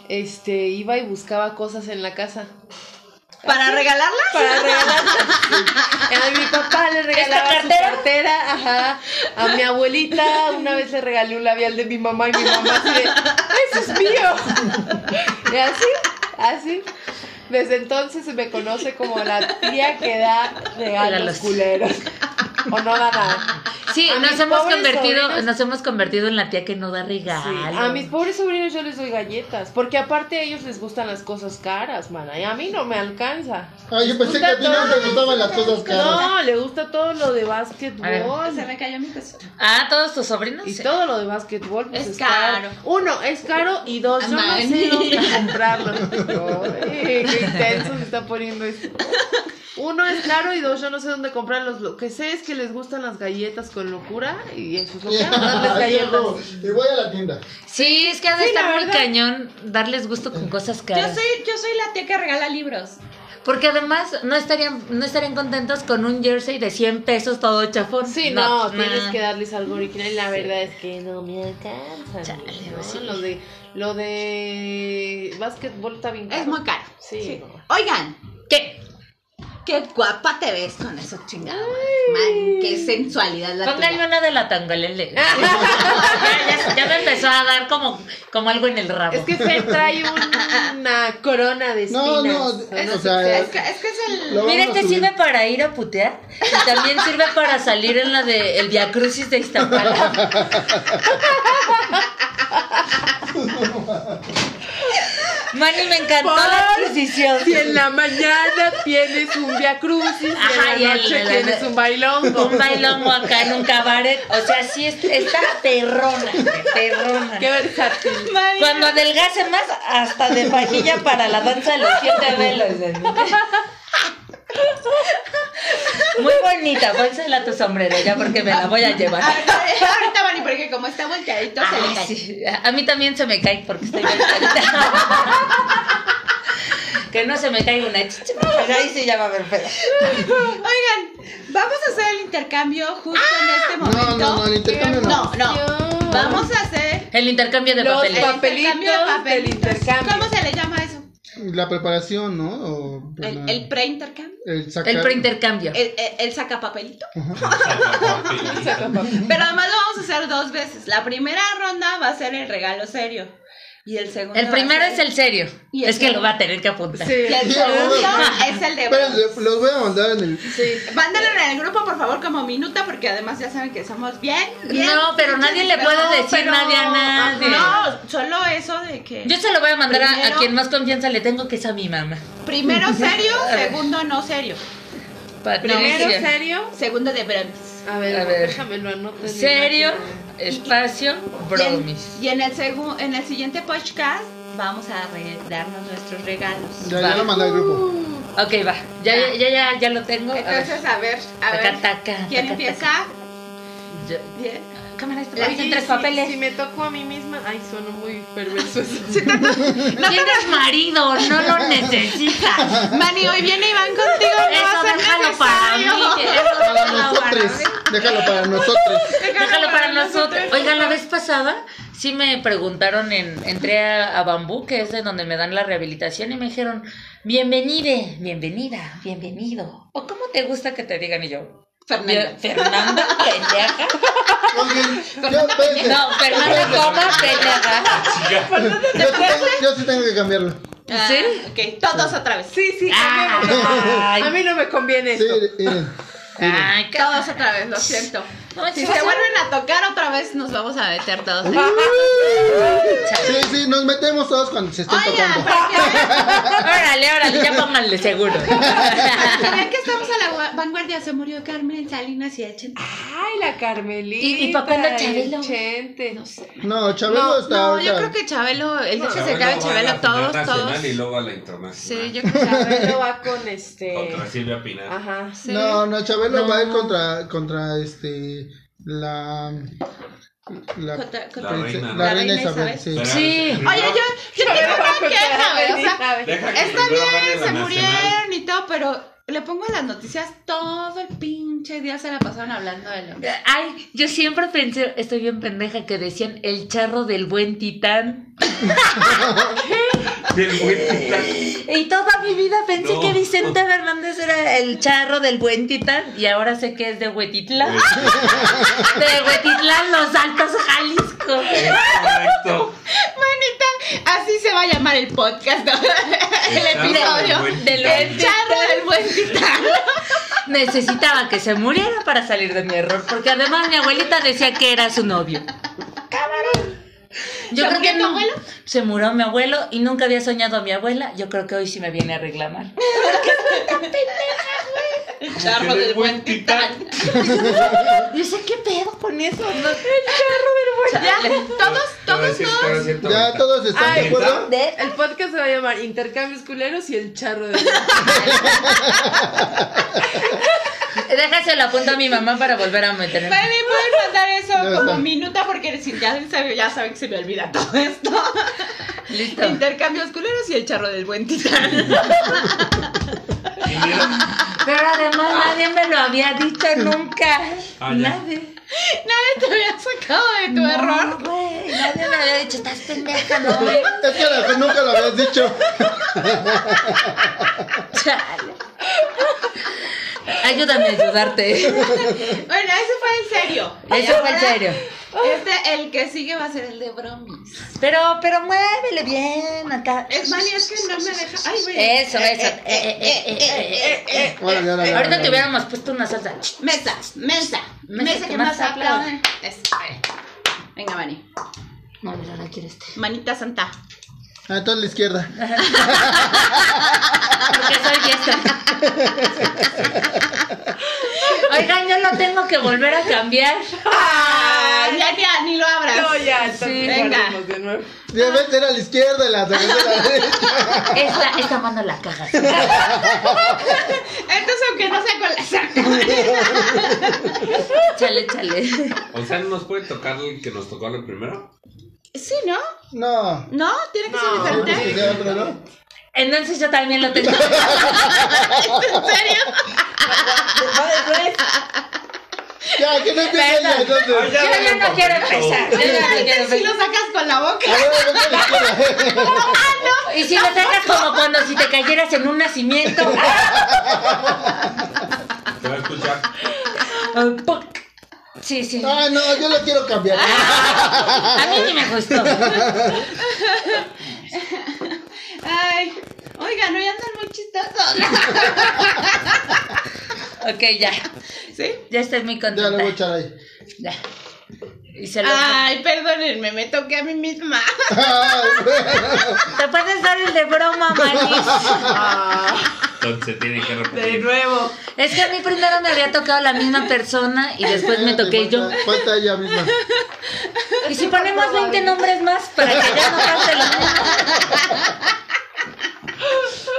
Speaker 6: este, iba y buscaba cosas en la casa.
Speaker 2: ¿para regalarla?
Speaker 6: Para regalar. A mi papá le regalaba
Speaker 1: ¿Esta
Speaker 6: su
Speaker 1: cartera?
Speaker 6: cartera, ajá. A mi abuelita una vez le regalé un labial de mi mamá y mi mamá así de, ¡Eso es mío! Y así, así. Desde entonces se me conoce como la tía que da
Speaker 1: Regalos. [LAUGHS]
Speaker 6: regalos culeros. O no da nada.
Speaker 1: Sí,
Speaker 6: A
Speaker 1: nos
Speaker 6: mis
Speaker 1: hemos
Speaker 6: pobres
Speaker 1: convertido,
Speaker 6: sobrinos-
Speaker 1: nos hemos convertido en la tía que no da
Speaker 6: Sí,
Speaker 1: regalos.
Speaker 6: a mis pobres sobrinos yo les doy galletas, porque aparte a ellos les gustan las cosas caras, mana, y a mí no me alcanza.
Speaker 5: Ah, yo pensé que a ti no te gustaban las cosas caras.
Speaker 6: No, le gusta todo lo de
Speaker 1: A ver.
Speaker 6: básquetbol.
Speaker 2: Se me cayó mi cosita.
Speaker 1: Ah, todos tus sobrinos.
Speaker 6: Y todo lo de básquetbol pues,
Speaker 2: Es
Speaker 6: es,
Speaker 2: caro.
Speaker 6: caro. Uno, es caro y dos, yo no
Speaker 2: Amani.
Speaker 6: sé dónde comprarlo. Ay, qué intenso se está poniendo esto. Uno es caro y dos, yo no sé dónde comprarlos. Lo que sé es que les gustan las galletas con locura y eso
Speaker 5: [LAUGHS]
Speaker 6: es lo que hago, darles galletas.
Speaker 5: Y voy a la tienda.
Speaker 1: Sí, es que ha de
Speaker 6: Sí, la
Speaker 1: estar muy
Speaker 6: verdad.
Speaker 1: cañón darles gusto con cosas
Speaker 2: Yo
Speaker 1: caras.
Speaker 2: soy, yo soy la tía que regala libros.
Speaker 1: Porque además no estarían, no estarían contentos con un jersey de 100 pesos todo chafón.
Speaker 6: Sí, no, tienes
Speaker 1: nah.
Speaker 6: que darles algo original y la verdad es que no me alcanza.
Speaker 1: Chale,
Speaker 6: ¿no?
Speaker 1: pues sí.
Speaker 6: Lo de lo de básquetbol está bien caro.
Speaker 2: Es muy caro.
Speaker 6: Sí. no.
Speaker 2: Oigan,
Speaker 1: ¿Qué?
Speaker 2: qué guapa te ves con esos chingados. Man, qué sensualidad la
Speaker 1: Pónganme
Speaker 2: tuya.
Speaker 1: una de la [LAUGHS]
Speaker 6: [LAUGHS]
Speaker 1: tangolele. ya, ya- ya me empezó a dar como, como algo en el rabo.
Speaker 6: Es que se trae una corona de espinas.
Speaker 5: No, no,
Speaker 6: Es-
Speaker 5: o sea,
Speaker 2: Es que, es que es el.
Speaker 5: lo
Speaker 1: Mira,
Speaker 5: vamos a
Speaker 1: este
Speaker 5: subir.
Speaker 1: sirve para ir a putear y también sirve para salir en la de el Via Crucis de Iztapalapa. Mani, me encantó la
Speaker 6: Por-
Speaker 1: adquisición.
Speaker 6: Si en la mañana tienes un via crucis,
Speaker 1: Ajá,
Speaker 6: y en la
Speaker 1: y el-
Speaker 6: noche
Speaker 1: el-
Speaker 6: tienes
Speaker 1: [LAUGHS]
Speaker 6: un bailongo.
Speaker 1: Un bailongo acá en un cabaret. O sea, sí es- está perrona, güey, perrona.
Speaker 6: Qué versátil.
Speaker 1: Cuando adelgace más, hasta de pajilla para la danza de los siete velos. güey. Muy bonita, pónsela a tu sombrero ya porque me la voy a llevar.
Speaker 2: Ahorita ahorita, Mani, porque como está volteadito, se
Speaker 1: Ay,
Speaker 2: le cae.
Speaker 1: sí. A mí también se me cae porque estoy bien carita. que no se me caiga una chicha. Pero ahí sí ya va a haber pedo.
Speaker 2: Oigan, vamos a hacer el intercambio justo en este
Speaker 5: No,
Speaker 2: momento.
Speaker 5: no, no, el intercambio no.
Speaker 2: No, no. Vamos a hacer
Speaker 1: El intercambio de
Speaker 6: Los
Speaker 1: papeles.
Speaker 6: pa- Papelitos
Speaker 2: intercambio de papelitos.
Speaker 6: del intercambio.
Speaker 2: ¿Cómo se le llama eso?
Speaker 5: La preparación, ¿no? O,
Speaker 2: El, el preintercambio.
Speaker 5: el sacar-
Speaker 1: El preintercambio.
Speaker 2: El, el, el sacapapelito.
Speaker 4: Saca
Speaker 6: Saca papel.
Speaker 2: Pero además lo vamos a hacer dos veces. La primera ronda va a ser el regalo serio. Y el segundo.
Speaker 1: El primero
Speaker 2: va a
Speaker 1: es
Speaker 2: ser-
Speaker 1: el serio.
Speaker 2: Y el
Speaker 1: Es que
Speaker 2: serio.
Speaker 1: lo va a tener que apuntar.
Speaker 6: Sí. [LAUGHS]
Speaker 2: Y el
Speaker 5: Sí, a huevo.
Speaker 2: segundo es el de.
Speaker 5: Espera, le- los voy a mandar en el.
Speaker 6: Sí.
Speaker 2: Mándalo en el grupo, por favor, como minuta, porque además ya saben que somos bien. bien
Speaker 1: No, pero nadie le
Speaker 2: pero-
Speaker 1: puede decir
Speaker 2: pero-
Speaker 1: nadie a nadie.
Speaker 2: No, solo eso de que.
Speaker 1: Yo se lo voy a mandar a- a,
Speaker 2: Primero-
Speaker 1: quien más confianza le tengo, que es a mi mamá. [LAUGHS]
Speaker 2: Primero serio, segundo no serio.
Speaker 6: Primero,
Speaker 1: Patricia.
Speaker 6: serio.
Speaker 2: Segundo de bromis.
Speaker 6: A ver,
Speaker 1: A ver.
Speaker 6: déjame lo anoto. en mi
Speaker 1: Serio,
Speaker 6: máquina.
Speaker 1: espacio,
Speaker 2: Y en-
Speaker 1: bromis.
Speaker 2: Y en, el segu- en el siguiente podcast vamos a re- darnos nuestros regalos.
Speaker 5: Ya, ya lo mandé al grupo.
Speaker 1: Ok, va. Ya, ya, ya, ya, ya lo tengo. A ver.
Speaker 2: Entonces, a ver, a
Speaker 1: Taca,
Speaker 2: ver.
Speaker 1: taca,
Speaker 2: ¿Quién
Speaker 1: taca,
Speaker 2: empieza?
Speaker 1: Yo-
Speaker 2: Bien.
Speaker 1: Cámara, esto
Speaker 6: Oye,
Speaker 1: parecen tres
Speaker 6: si-
Speaker 1: papeles.
Speaker 6: Si me toco a mí misma, ay, suena muy perverso eso.
Speaker 1: Tienes marido, [LAUGHS] no lo necesitas.
Speaker 2: Mani, hoy viene Iván contigo. No va
Speaker 1: Eso
Speaker 2: a ser
Speaker 1: déjalo para mí.
Speaker 2: necesario.
Speaker 1: eso
Speaker 5: Para
Speaker 1: déjalo para
Speaker 5: nosotros.
Speaker 1: mí.
Speaker 5: Déjalo para nosotros.
Speaker 1: Déjalo para nosotros. Oigan, la vez pasada sí me preguntaron, en, entré a, a Bambú, que es de donde me dan la rehabilitación, y me dijeron, bienvenide, bienvenida, bienvenido. ¿O cómo te gusta que te digan? Y yo,
Speaker 2: Fernanda.
Speaker 1: "Bien, Fernanda, pendeja.
Speaker 5: Oigan, yo, espérense.
Speaker 1: No, Fernanda, coma, pendeja.
Speaker 5: Yo sí, tengo, yo sí tengo que cambiarlo.
Speaker 2: Ah,
Speaker 1: ¿Sí?
Speaker 2: Ok, todos otra vez.
Speaker 6: Sí, sí,
Speaker 1: Ay.
Speaker 6: cambiémoslo. A mí no me conviene
Speaker 5: Sí,
Speaker 6: esto.
Speaker 5: miren.
Speaker 1: Ay, qué-
Speaker 2: Todos otra vez, lo siento.
Speaker 1: No,
Speaker 2: Si
Speaker 1: sí,
Speaker 2: se
Speaker 1: sí.
Speaker 2: vuelven a tocar otra vez, nos vamos a meter todos. ahí.
Speaker 5: Sí, sí, nos metemos todos cuando se estén
Speaker 2: Oigan,
Speaker 5: tocando.
Speaker 2: para que vean-
Speaker 1: Órale, órale, ya pónganle seguro.
Speaker 2: para que vean que estamos a la gua- vanguardia, se murió Carmen Salinas y Echen.
Speaker 6: Ay, la Carmelita.
Speaker 1: ¿Y- y papá anda
Speaker 6: el
Speaker 1: Chabelo?
Speaker 6: Chente.
Speaker 5: No, Chabelo
Speaker 6: No,
Speaker 5: está
Speaker 2: No,
Speaker 5: ahorita.
Speaker 2: yo creo que Chabelo, el día que se acabe Chabelo, todos, todos.
Speaker 4: Y luego a la internacional.
Speaker 2: Sí, yo Ah, creo que
Speaker 6: Chabelo va con este.
Speaker 4: Contra Silvia Pinal.
Speaker 6: Ajá.
Speaker 2: sí.
Speaker 5: No, no, Chabelo
Speaker 1: No.
Speaker 5: va a ir contra, contra este. La. La,
Speaker 2: Contra- contra-
Speaker 4: La reina,
Speaker 5: la
Speaker 4: ¿no?
Speaker 5: reina Isabel, sí.
Speaker 4: Pero-
Speaker 1: Sí.
Speaker 4: primero-
Speaker 2: Oye, yo, yo tengo una queja, güey, o sea,
Speaker 4: Deja que
Speaker 2: está
Speaker 4: primero gane
Speaker 2: bien,
Speaker 4: la
Speaker 2: se
Speaker 4: nacional.
Speaker 2: murieron y todo, pero le pongo en las noticias todo el pinche día se la pasaron hablando de lo
Speaker 1: [LAUGHS] Ay, yo siempre pensé, estoy bien pendeja, que decían el charro del buen titán.
Speaker 4: Del buen [LAUGHS] titán.
Speaker 1: Y toda mi vida pensé
Speaker 4: No.
Speaker 1: que Vicente Fernández era el charro del buen titán. Y ahora sé que es de
Speaker 4: [LAUGHS]
Speaker 1: Huetitlán. De Huetitlán, los Altos Jalisco.
Speaker 4: Correcto.
Speaker 2: Manita, así se va a llamar el [LAUGHS] podcast, ¿no? [LAUGHS] El
Speaker 4: charro del
Speaker 2: episodio
Speaker 4: buen
Speaker 2: del
Speaker 4: titán.
Speaker 2: el charro del buen titán.
Speaker 1: Necesitaba que se muriera para salir de mi error, porque además mi abuelita decía que era su novio. Yo creo que no. Se murió mi abuelo y nunca había soñado a mi abuela. Yo creo que hoy sí me viene a reclamar.
Speaker 4: Charro del buen titán.
Speaker 1: [LAUGHS] Yo sé qué pedo con eso. No,
Speaker 6: Ya,
Speaker 1: Chale.
Speaker 6: todos, todos, todos.
Speaker 5: Ya todos están
Speaker 6: Ay,
Speaker 5: de acuerdo.
Speaker 1: ¿De?
Speaker 6: El podcast se va a llamar Intercambios Culeros y el Charro [LAUGHS] de...
Speaker 1: Déjaselo apunto a mi mamá para volver a meterme.
Speaker 2: Mami, pueden mandar eso
Speaker 5: No,
Speaker 2: como
Speaker 5: está.
Speaker 2: minuta porque si- ya, sabe- ya saben que se me olvida todo esto.
Speaker 1: Listo.
Speaker 2: Intercambios culeros y el charro del buen titán.
Speaker 4: Y mira,
Speaker 1: Pero además nadie me lo había dicho nunca.
Speaker 4: Ah, ya.
Speaker 1: nadie.
Speaker 2: Nadie te había sacado de tu error.
Speaker 1: güey, nadie me había dicho, estás pendeja, no, güey.
Speaker 5: Es que a lo mejor nunca lo habías dicho.
Speaker 1: Chale. Ayúdame a ayudarte.
Speaker 2: Bueno, ese fue en serio.
Speaker 1: Eso fue en serio.
Speaker 2: Este, el que sigue va a ser el de bromis.
Speaker 1: Pero, pero muévele bien acá.
Speaker 2: Es Mali, es que no me deja. Ay, güey.
Speaker 1: Eso, eso. Eh, eh, eh, eh, eh, eh.
Speaker 5: Órale, órale,
Speaker 1: Ahorita
Speaker 5: órale.
Speaker 1: te hubiéramos puesto una salsa.
Speaker 2: Mesa, mesa, mesa que más aplaude. Eso, eh. Venga, Mani.
Speaker 1: No, pero ahora quiero este.
Speaker 2: Manita santa.
Speaker 5: Ah, toda la izquierda.
Speaker 1: Porque soy diestro. Oigan, yo lo tengo que volver a cambiar.
Speaker 2: Ah, ya, ya, ni lo abras.
Speaker 6: No, ya, entonces
Speaker 1: Sí,
Speaker 2: venga.
Speaker 6: guardemos de nuevo.
Speaker 5: Debes ser a la izquierda y la sacaste a la derecha.
Speaker 1: Esta, esta mano la cagas.
Speaker 2: Entonces, aunque no sea con la saco.
Speaker 1: Chale, chale.
Speaker 4: o sea, ¿no nos puede tocar el que nos tocó el primero?
Speaker 2: Sí, ¿no?
Speaker 5: No.
Speaker 2: ¿No? ¿Tiene que
Speaker 6: No.
Speaker 2: ser
Speaker 5: ¿Quieres que
Speaker 2: diferente?
Speaker 5: sea otro, no?
Speaker 1: Entonces yo también lo tengo.
Speaker 2: ¿En serio?
Speaker 5: Ya, que no empiece ella, entonces.
Speaker 1: Yo
Speaker 4: Ay,
Speaker 1: ya
Speaker 4: vale,
Speaker 1: no quiero
Speaker 4: papito.
Speaker 1: empezar. Yo ya no quiero
Speaker 2: Si lo
Speaker 1: empezar.
Speaker 2: sacas con la boca.
Speaker 5: A ver, vete a la izquierda.
Speaker 1: Y si lo sacas como cuando si te cayeras en un nacimiento.
Speaker 4: Te va a escuchar.
Speaker 1: Ah, puc. Sí, sí.
Speaker 5: Ah, no, yo lo quiero cambiar.
Speaker 1: Ah. A mí ni me gustó.
Speaker 2: Ay, oigan, hoy andan muy chistosos. [LAUGHS]
Speaker 1: Ok, ya.
Speaker 2: ¿Sí?
Speaker 1: Ya estoy muy
Speaker 5: Ya lo voy a
Speaker 1: contenta.
Speaker 5: echar ahí.
Speaker 1: Ya. Y se lo...
Speaker 2: Ay, perdónenme, me toqué a mí misma.
Speaker 5: Ay,
Speaker 1: Te puedes dar el de broma, Manis.
Speaker 4: Entonces tiene que
Speaker 6: De
Speaker 4: repetir.
Speaker 6: nuevo.
Speaker 1: Es que a mí primero me había tocado la misma persona y después Pues me
Speaker 5: espérate,
Speaker 1: toqué yo.
Speaker 5: falta- Falta ella misma.
Speaker 1: Y si ponemos 20 nombres más para que ya no pase lo mismo.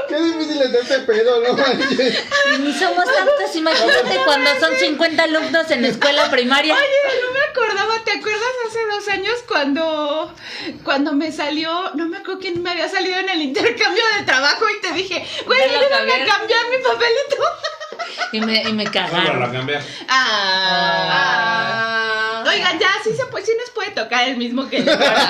Speaker 5: Qué difícil es este pedo,
Speaker 1: [LAUGHS]
Speaker 5: no manches.
Speaker 1: Y ni somos tantos, imagínate cuando son 50 alumnos en la escuela primaria.
Speaker 2: Oye, no me acordaba, ¿te acuerdas hace dos años cuando, cuando me salió, no me acuerdo quién me había salido en el intercambio de trabajo y te dije, güey,
Speaker 1: Ya lo
Speaker 2: ayúdame
Speaker 1: acabé.
Speaker 2: a cambiar mi papelito?
Speaker 1: Y me, y me
Speaker 4: Bueno, la
Speaker 1: cagaron.
Speaker 4: cambié.
Speaker 2: Ah.
Speaker 6: Ah.
Speaker 2: Oigan, ya, sí, se puede, sí nos puede tocar el mismo que el de ahora.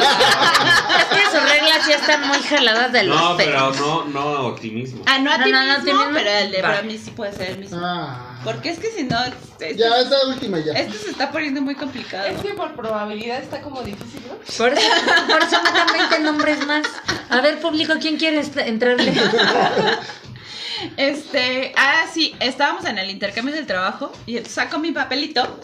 Speaker 1: Es que sus reglas ya están muy jaladas de los
Speaker 4: No, pero
Speaker 1: pelos.
Speaker 4: no, no a optimismo.
Speaker 2: Ah, no a
Speaker 1: No,
Speaker 2: ti
Speaker 1: no, no, a ti
Speaker 2: mismo,
Speaker 1: mismo.
Speaker 2: pero el de
Speaker 1: Va.
Speaker 2: para mí sí puede ser el mismo.
Speaker 5: Ah.
Speaker 2: Porque es que si no, este,
Speaker 5: Ya, esta última ya.
Speaker 2: esto se está poniendo muy complicado.
Speaker 6: Es que por probabilidad está como difícil, ¿no?
Speaker 1: Por eso, por eso me dan 20 nombres más. A ver, público, ¿quién quiere est- entrarle?
Speaker 2: Este, ah, sí, estábamos en el intercambio del trabajo y entonces saco mi papelito.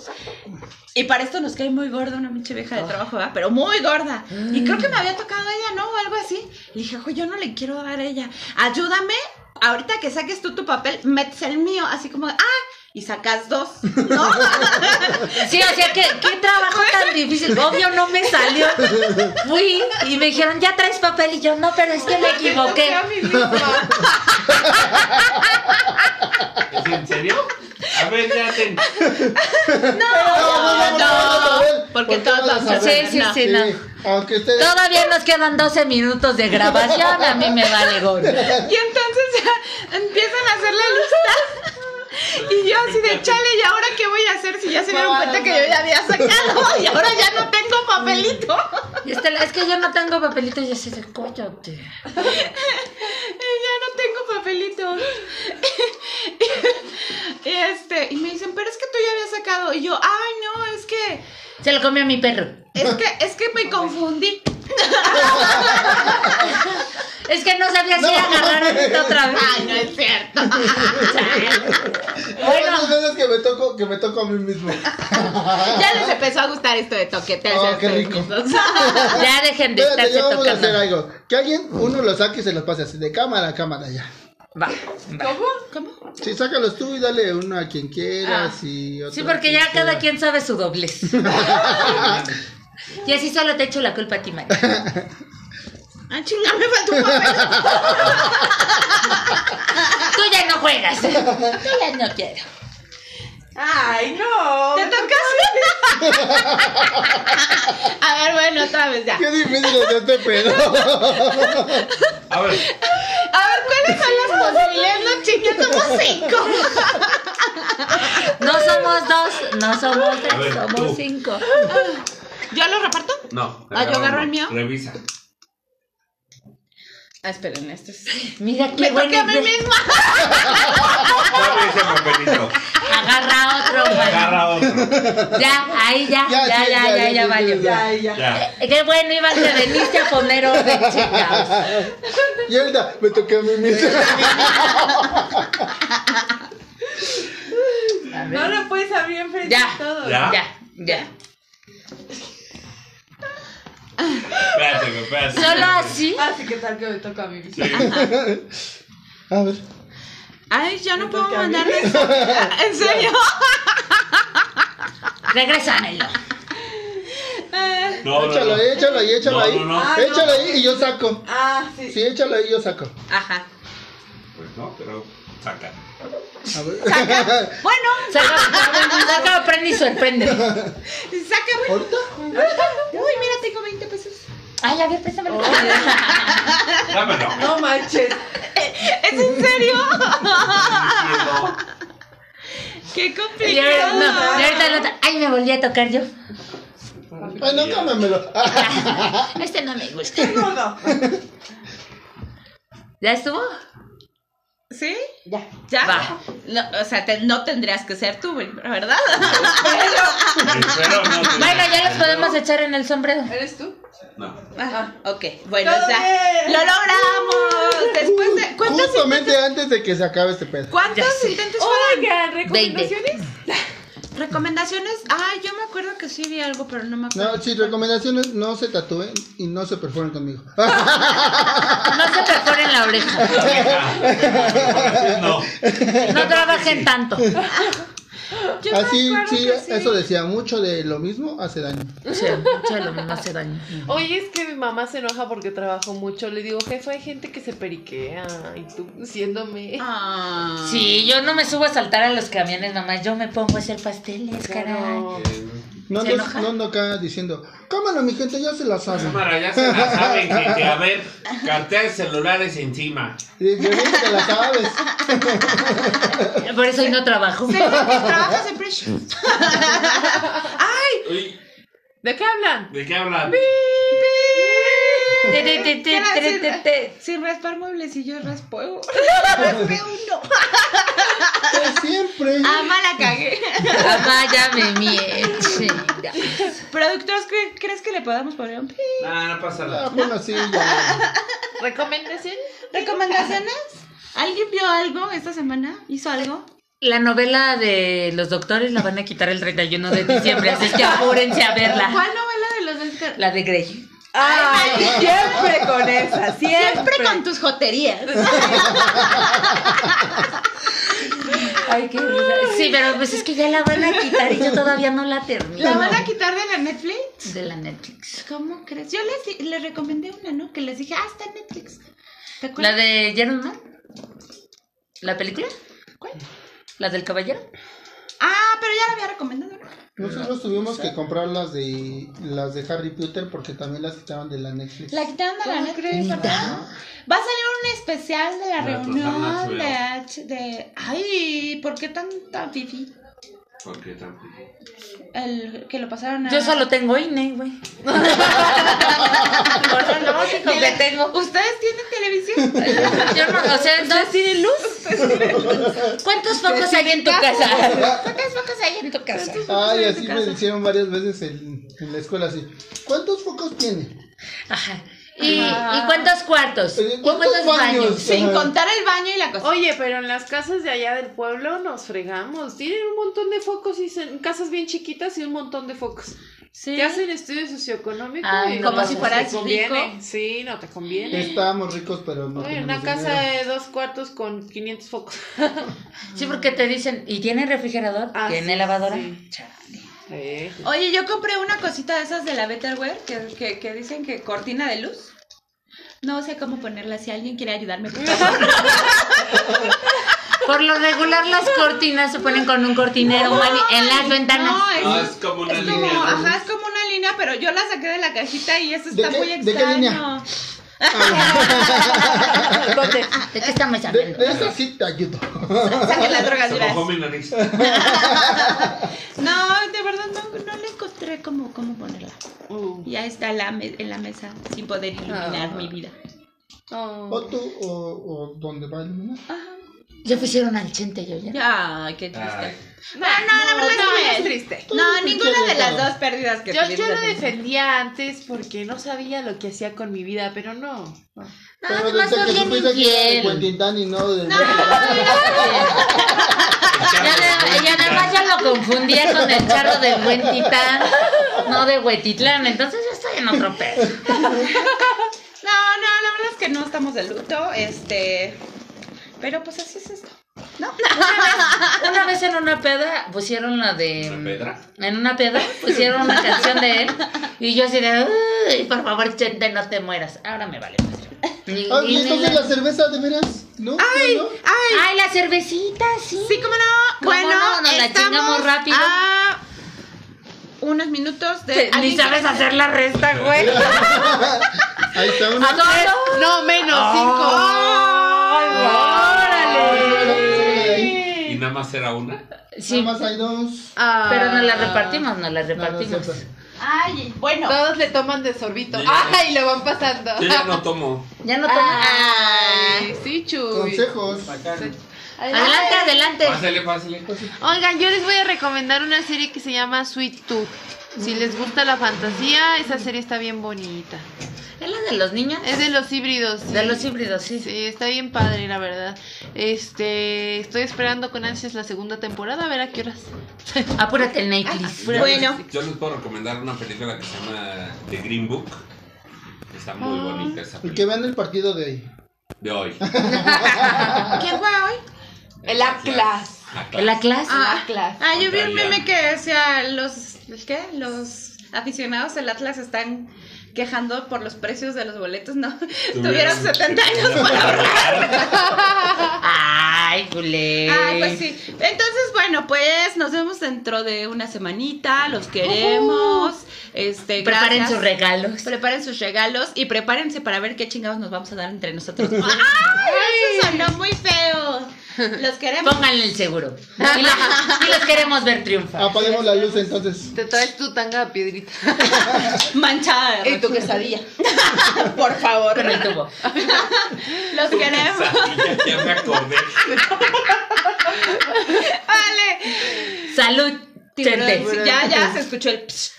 Speaker 2: Y para esto nos cae muy gorda una pinche vieja de trabajo, ¿verdad? Pero muy gorda. Y creo que me había tocado ella, ¿no? O algo así. Le dije, "Jo, yo no le quiero dar a ella. Ayúdame, ahorita que saques tú tu papel, metes el mío. Así como, ah, y sacas dos, ¿no?
Speaker 1: Sí, o sea, ¿qué, qué trabajo tan difícil. Obvio, no me salió. Fui y me dijeron, ya traes papel. Y yo, no, pero es que me equivoqué.
Speaker 6: Yo a mí misma.
Speaker 4: ¿Es en serio? A ver, ya te...
Speaker 5: No, no, no, no, no,
Speaker 2: porque
Speaker 5: ¿por qué
Speaker 2: todos
Speaker 5: no la
Speaker 2: vamos a
Speaker 5: saben?
Speaker 1: Sí, sí, sí, no.
Speaker 5: Aunque ustedes.
Speaker 1: Todavía nos quedan 12 minutos de grabación. A mí me vale gorro.
Speaker 2: Y entonces ya empiezan a hacer la lista. Y yo así de chale, ¿y ahora qué voy a hacer si ya se dieron cuenta que yo ya había sacado y ahora ya no tengo papelito?
Speaker 1: Y Estela, Este, es que yo no tengo papelito. Y así de, cóllate.
Speaker 2: ya no tengo papelito. Y este, y me dicen, pero es que tú ya habías sacado. Y yo, ay no, es que,
Speaker 1: Se lo comió mi perro.
Speaker 2: es que, es que me confundí.
Speaker 1: Es que no sabía si agarrar ahorita otra vez.
Speaker 2: Ay, no es cierto.
Speaker 5: Bueno. Las veces que me toco, que me toco a mí mismo.
Speaker 2: Ya les empezó a gustar esto de toquetearse.
Speaker 5: Oh,
Speaker 2: a
Speaker 5: qué
Speaker 2: ustedes
Speaker 5: rico.
Speaker 2: mismos.
Speaker 1: Ya dejen de
Speaker 5: Espérate,
Speaker 1: estarse
Speaker 5: ya vamos a
Speaker 1: tocando.
Speaker 5: hacer algo. Que alguien, uno lo saque y se lo pase así, de cámara a cámara ya.
Speaker 1: Va.
Speaker 6: ¿Cómo?
Speaker 5: Sí, sácalos tú y dale uno a quien quieras y otro
Speaker 1: Ah, Sí,
Speaker 5: a
Speaker 1: porque
Speaker 5: quien
Speaker 1: ya cada
Speaker 5: quiera.
Speaker 1: quien sabe su
Speaker 5: [LAUGHS]
Speaker 1: doblez. Y así solo te echo la culpa a ti, Mike.
Speaker 2: Ah, chinga, me faltó un papel.
Speaker 1: Tú ya no juegas. Tú ya no quiero.
Speaker 6: Ay, no.
Speaker 2: ¿Te tocas? [LAUGHS] A ver, bueno, otra vez ya.
Speaker 5: Qué difícil es este pedo.
Speaker 1: [LAUGHS]
Speaker 4: A ver,
Speaker 2: A ver, ¿cuáles son las posibilidades? No chingue, somos cinco.
Speaker 1: No somos dos, no somos
Speaker 4: A
Speaker 1: tres,
Speaker 4: ver, tú.
Speaker 1: somos cinco.
Speaker 2: ¿Yo lo reparto?
Speaker 4: no.
Speaker 2: Ah, ¿yo agarro el mío?
Speaker 4: Revisa.
Speaker 2: Ah, esperen, esto es.
Speaker 1: Mira qué
Speaker 2: Me toqué
Speaker 1: buena
Speaker 2: a mí
Speaker 1: idea.
Speaker 2: misma.
Speaker 4: Dame ese papelito.
Speaker 1: Agarra otro, Mike.
Speaker 4: Agarra otro.
Speaker 1: Ya, ahí ya, ya, ya, ya, ya, valió.
Speaker 5: ya.
Speaker 4: Ya.
Speaker 1: Eh, Qué bueno, Iván, te veniste a poner orden, chicas.
Speaker 5: Y ahorita me toqué a mí mismo.
Speaker 6: No lo puedes abrir enfrente
Speaker 1: Ya.
Speaker 6: de todos.
Speaker 4: Ya.
Speaker 1: Ya, ya.
Speaker 4: Espérate, güey, espérate.
Speaker 1: Solo así.
Speaker 6: Así que Ah, tal que me toca a mí.
Speaker 4: Sí.
Speaker 5: A ver.
Speaker 2: Ay, ya no puedo
Speaker 6: toca a mí.
Speaker 2: mandarle eso. [LAUGHS] ¿En serio?
Speaker 1: Regrésamelo.
Speaker 4: No, no,
Speaker 5: échalo
Speaker 4: no.
Speaker 5: ahí, échalo ahí, échalo
Speaker 4: No,
Speaker 5: ahí.
Speaker 4: no, no.
Speaker 6: Ah,
Speaker 5: Échalo
Speaker 6: no.
Speaker 5: ahí y yo saco.
Speaker 6: Ah, sí.
Speaker 5: Sí, échalo ahí y yo saco.
Speaker 2: Ajá.
Speaker 4: Pues no, pero saca.
Speaker 5: A ver.
Speaker 2: Bueno,
Speaker 1: Saca, saca, aprende y sorprende.
Speaker 2: sácame.
Speaker 5: [LAUGHS] ¿Ahorita?
Speaker 2: Uy, mira, tengo 20 pesos.
Speaker 1: Ay, a ver, préstamelo.
Speaker 4: Dámelo.
Speaker 6: No manches.
Speaker 2: ¿Es en serio?
Speaker 4: No.
Speaker 2: [LAUGHS] Qué
Speaker 1: Y ahora-
Speaker 2: complicado.
Speaker 1: no, y ahorita el otro, Ay, me volví a tocar yo.
Speaker 5: Ay, no, cámamelo.
Speaker 1: [LAUGHS] Este no me gusta.
Speaker 6: No, no.
Speaker 1: ¿Ya estuvo?
Speaker 2: ¿Sí?
Speaker 1: Ya.
Speaker 2: ¿Ya?
Speaker 1: Va.
Speaker 2: No, o sea, te- no tendrías que ser tú, ¿verdad? [LAUGHS]
Speaker 4: Espero no. te-
Speaker 1: Bueno, ya los podemos echar en el sombrero.
Speaker 6: ¿Eres tú?
Speaker 4: No.
Speaker 2: Ah, ok, bueno,
Speaker 6: Todo
Speaker 2: ya.
Speaker 6: bien.
Speaker 2: ¡Lo logramos! Después de. ¿Cuántos,
Speaker 5: Justamente antes de que se acabe este pedo.
Speaker 2: cuántos intentos fueron?
Speaker 6: Oigan, ¿recomendaciones?
Speaker 2: ¿Recomendaciones? Ah, yo me acuerdo que sí vi algo, pero no me acuerdo.
Speaker 5: No, sí, recomendaciones, no se tatúen y no se perforen conmigo.
Speaker 1: No se perforen la oreja.
Speaker 4: No.
Speaker 1: No trabajen tanto.
Speaker 2: Yo me
Speaker 5: Así,
Speaker 2: acuerdo
Speaker 5: Ah, sí, eh,
Speaker 2: que
Speaker 5: eso decía, mucho de lo mismo hace daño.
Speaker 1: Sí, chalo, no hace daño.
Speaker 6: Oye, es que mi mamá se enoja porque trabajo mucho. Le digo, jefa, hay gente que se periquea. Y tú, siéndome.
Speaker 2: Ah.
Speaker 1: Sí, yo no me subo a saltar a los camiones, mamá. Yo me pongo a hacer pasteles, caray.
Speaker 6: Claro.
Speaker 5: No,
Speaker 1: ¿Se
Speaker 5: no,
Speaker 1: enoja?
Speaker 5: no, no acá diciendo, cómalo, mi gente, ya se las hago.
Speaker 4: Cámara, ya se la saben, gente. A ver, carteras celulares encima.
Speaker 5: Y yo bien que te las sabes.
Speaker 1: Por eso hoy no trabajo.
Speaker 2: Seguro que trabajas en Precious.
Speaker 4: Uy,
Speaker 6: ¿De qué hablan?
Speaker 4: ¿de qué hablan?
Speaker 1: Te, te, te, te, te, te, te.
Speaker 2: Sin raspar muebles y yo raspo. uno.
Speaker 5: Pero siempre.
Speaker 2: Ah, mala cagué.
Speaker 1: Mamá, ya me mieche.
Speaker 2: Productores, ¿cre- ¿crees que le podamos poner un pi?
Speaker 4: No, no pasa
Speaker 5: Ah,
Speaker 4: nada.
Speaker 5: bueno, sí, ya.
Speaker 6: ¿Recomendaciones?
Speaker 2: ¿Recomendaciones? ¿Alguien vio algo esta semana? ¿Hizo algo?
Speaker 1: La novela de los doctores la van a quitar el 31 de diciembre, así que apúrense a verla.
Speaker 2: ¿Cuál novela de los doctores?
Speaker 1: La de Grey.
Speaker 6: Ay, siempre con esa, siempre.
Speaker 2: Siempre con tus joterías.
Speaker 1: Ay, qué risa. Sí, pero pues es que ya la van a quitar y yo todavía no la termino.
Speaker 2: ¿La van a quitar de la Netflix?
Speaker 1: De la Netflix.
Speaker 2: ¿Cómo crees? Yo les, les recomendé una, ¿no? Que les dije, ah, está en Netflix. ¿Te
Speaker 1: ¿La
Speaker 2: acuerdas?
Speaker 1: de Iron Man? ¿La película? ¿Cuál? ¿La del caballero?
Speaker 2: Ah, pero ya la había recomendado. ¿no?
Speaker 5: Nosotros tuvimos que comprar las de, las de Harry Potter porque también las quitaban de la Netflix.
Speaker 2: La quitaron de la Netflix, ¿verdad? Va a salir un especial de la
Speaker 4: De la Susana
Speaker 2: reunión
Speaker 4: Suero.
Speaker 2: de, H- de... Ay, ¿por qué tanta fifi?
Speaker 4: ¿Por qué tan
Speaker 2: El que lo pasaron a...
Speaker 1: Yo
Speaker 2: [LAUGHS]
Speaker 1: solo tengo INE, güey. [LAUGHS] Por lo lógico que tengo.
Speaker 2: ¿Ustedes tienen televisión?
Speaker 1: Yo no, o sea, no Pues tiene luz. ¿Cuántos focos hay [LAUGHS] en tu casa? ¿Cuántos focos hay en tu casa?
Speaker 5: Ay, así me hicieron varias veces en, en la escuela, así. ¿Cuántos focos tiene?
Speaker 1: Ajá. ¿Y,
Speaker 6: Ajá.
Speaker 1: ¿y cuántos cuartos?
Speaker 5: Oye,
Speaker 1: ¿Y
Speaker 5: ¿cuántos baños?
Speaker 2: Sin
Speaker 5: Ajá.
Speaker 2: contar el baño y la cocina.
Speaker 6: Oye, pero en las casas de allá del pueblo nos fregamos. Tienen un montón de focos y se- casas bien chiquitas y un montón de focos.
Speaker 2: Sí.
Speaker 6: Te hacen estudio socioeconómico
Speaker 1: Ay,
Speaker 6: y
Speaker 1: Ah, como
Speaker 6: no,
Speaker 1: si
Speaker 6: no
Speaker 2: fueras
Speaker 6: te conviene.
Speaker 2: rico.
Speaker 6: Sí, no te conviene.
Speaker 5: Estábamos ricos, pero no.
Speaker 6: Oye, una
Speaker 5: tenemos
Speaker 6: casa
Speaker 5: dinero.
Speaker 6: de dos cuartos con 500 focos.
Speaker 1: Sí, porque te dicen, ¿y tiene refrigerador?
Speaker 6: Ah,
Speaker 1: ¿Tiene
Speaker 6: sí,
Speaker 1: lavadora?
Speaker 6: sí.
Speaker 1: Chale.
Speaker 6: Eh,
Speaker 2: Oye, yo compré una cosita de esas de la Betterware que, que, que dicen que cortina de luz. No sé cómo ponerla. Si alguien quiere ayudarme, por favor.
Speaker 1: Por lo regular las cortinas se ponen con un cortinero Mari, en las ventanas.
Speaker 2: No,
Speaker 4: Ah,
Speaker 2: es,
Speaker 4: es como una
Speaker 2: es
Speaker 4: línea.
Speaker 2: como,
Speaker 4: ¿no?
Speaker 2: ajá, es como una línea, pero yo la saqué de la cajita y eso
Speaker 5: ¿De
Speaker 2: está
Speaker 5: qué-
Speaker 2: muy
Speaker 5: de
Speaker 2: extraño.
Speaker 5: qué línea?
Speaker 6: bote.
Speaker 1: Ah, ¿De qué estamos
Speaker 5: De,
Speaker 1: hablando?
Speaker 5: de esa sí te ayudo. [LAUGHS]
Speaker 2: Saqué las
Speaker 4: Se
Speaker 2: drogaduras.
Speaker 4: mojó mi nariz.
Speaker 2: No, de verdad no, no le encontré cómo, cómo ponerla.
Speaker 6: Uh.
Speaker 2: Ya está la me- en la mesa sin poder iluminar mi vida.
Speaker 1: Oh.
Speaker 5: O tú, o, o donde va a iluminar.
Speaker 1: Ya pusieron al chente yo
Speaker 2: Ah,
Speaker 1: ya.
Speaker 2: Ay, qué triste.
Speaker 4: Ay.
Speaker 2: No, no, la verdad es
Speaker 6: Ah. no,
Speaker 2: que
Speaker 6: es triste.
Speaker 2: No,
Speaker 5: Tú
Speaker 2: ninguna de
Speaker 5: tienes
Speaker 2: las
Speaker 5: todo.
Speaker 2: dos pérdidas que
Speaker 6: Yo, yo
Speaker 2: tuvimos
Speaker 6: lo
Speaker 2: aquí.
Speaker 6: defendía antes porque no sabía lo que hacía con mi vida, pero no. no.
Speaker 1: No,
Speaker 5: Pero
Speaker 1: Ah, además
Speaker 5: desde
Speaker 1: fue
Speaker 5: que
Speaker 1: bien
Speaker 5: supiste que era de
Speaker 1: infiel.
Speaker 5: Quentin Tan y no de.
Speaker 1: Ya na- Y además ya lo confundía con el charro de Huentitlán, no de Huetitlán, entonces yo estoy en otro pedo.
Speaker 2: [LAUGHS] No, no, la verdad es que no estamos de luto, este, pero pues así es esto.
Speaker 1: Una vez en una peda pusieron la de...
Speaker 4: ¿Una pedra?
Speaker 1: En una peda pusieron una canción de él y yo así de... "Uy, por favor, chente, no te mueras. Ahora me vale. madre. Ni-
Speaker 5: Ah, y
Speaker 1: ni-
Speaker 5: entonces
Speaker 1: ni-
Speaker 5: la cerveza, de veras. ¿No?
Speaker 2: Ay,
Speaker 5: ¿No? no?
Speaker 2: ay,
Speaker 1: Ay, la cervecita, sí.
Speaker 2: sí, cómo no.
Speaker 1: ¿Cómo
Speaker 2: bueno,
Speaker 1: no? Nos la
Speaker 2: estamos
Speaker 1: chingamos rápido.
Speaker 2: a unos minutos de.
Speaker 1: Ni sabes hacer la resta, güey.
Speaker 5: Ahí está una.
Speaker 1: ¿A todo?
Speaker 6: No, menos
Speaker 2: Ah.
Speaker 1: Ah, ¡Órale!
Speaker 4: [LAUGHS] Y nada más era una.
Speaker 5: Nada
Speaker 1: Sí,
Speaker 5: más hay dos.
Speaker 6: cinco. Ah.
Speaker 1: pero nos la repartimos, nos la
Speaker 5: No, no es
Speaker 1: repartimos.
Speaker 5: cierto.
Speaker 2: Ay, bueno.
Speaker 6: Todos le toman de sorbito.
Speaker 4: Yo ya-
Speaker 6: Ay, lo van pasando.
Speaker 4: Yo ya no tomo.
Speaker 1: Ya no toma.
Speaker 6: Ay, sí, Chuy.
Speaker 5: Consejos. Pues
Speaker 1: Adelante, adelante.
Speaker 4: Pásale, pásale.
Speaker 6: Oigan, yo les voy a recomendar una serie que se llama Sweet Tooth. Si les gusta la fantasía, esa serie está bien bonita.
Speaker 1: ¿Es la de los niños?
Speaker 6: Es de los híbridos. sí.
Speaker 1: De los híbridos, sí.
Speaker 6: Sí, está bien padre, la verdad. Este, estoy esperando con ansias la segunda temporada, a ver a qué horas.
Speaker 1: Apúrate, Netflix.
Speaker 4: Yo
Speaker 2: Bueno.
Speaker 4: les- Yo les puedo recomendar una película que se llama The Green Book. Está muy bonita esa
Speaker 5: Y que
Speaker 4: película.
Speaker 5: vean el partido de ahí.
Speaker 4: De hoy.
Speaker 2: ¿Quién fue hoy?
Speaker 6: El Atlas.
Speaker 1: La
Speaker 4: [LAUGHS]
Speaker 1: clase.
Speaker 2: Ah,
Speaker 6: Atlas.
Speaker 2: Ah, yo vi un
Speaker 4: Contra el
Speaker 2: meme que decía los, ¿qué? Los aficionados del Atlas están quejando por los precios de los boletos, ¿no? Tuvieron 70 años para ahorrar.
Speaker 1: Ay, culé.
Speaker 2: Ay, pues sí. Entonces, bueno, pues nos vemos dentro de una semanita.
Speaker 1: Uh-huh.
Speaker 2: Los queremos. Este,
Speaker 1: Preparen
Speaker 2: gracias.
Speaker 1: sus regalos.
Speaker 2: Preparen sus regalos y prepárense para ver qué chingados nos vamos a dar entre nosotros. ¡Ay! Eso sonó muy feo. Los queremos.
Speaker 1: Pónganle el
Speaker 2: [LAUGHS]
Speaker 1: seguro. Y los, y los queremos ver triunfar.
Speaker 5: Apaguemos la luz entonces.
Speaker 6: Te traes tu tanga de piedrita.
Speaker 2: Manchada. de
Speaker 6: Y tu
Speaker 2: rojo.
Speaker 6: quesadilla.
Speaker 2: [LAUGHS] Por favor.
Speaker 1: Con el tubo.
Speaker 6: pues.
Speaker 2: Los queremos.
Speaker 4: Ya me acordé.
Speaker 2: Vale.
Speaker 1: Salud, chente.
Speaker 2: Tiburones. Ya, ya se escuchó el psh,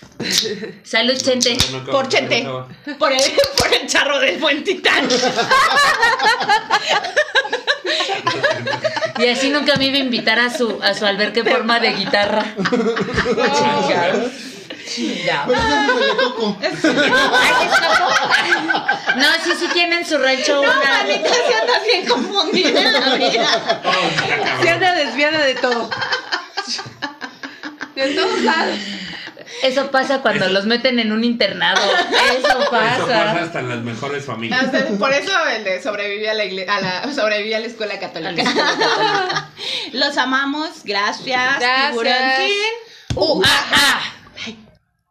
Speaker 1: Salud, chente.
Speaker 4: No, no, no,
Speaker 2: por
Speaker 4: no,
Speaker 2: chente.
Speaker 4: no.
Speaker 2: Por el, por el charro del buen
Speaker 6: [LAUGHS]
Speaker 2: titán.
Speaker 1: Y así nunca me iba a invitar a su, a su alberque en forma de guitarra. Chingado. Chingado.
Speaker 5: Pues ese es el de Coco.
Speaker 1: Ay, ¿es capo? No, sí, sí tienen su rancho una.
Speaker 2: Manita, si andas bien confundida en la vida.
Speaker 6: Se anda desviada de todo. De todos lados.
Speaker 1: Eso pasa cuando los meten en un
Speaker 2: [LAUGHS]
Speaker 1: internado. Eso
Speaker 4: Eso pasa
Speaker 1: pasa.
Speaker 4: hasta en las mejores familias.
Speaker 2: Hasta- Por eso el de sobreviví a la, igle- a la, sobreviví a la escuela católica. [LAUGHS] Los amamos. Gracias.
Speaker 6: Gracias.
Speaker 2: tiburoncín.
Speaker 1: Uh, ah, ah.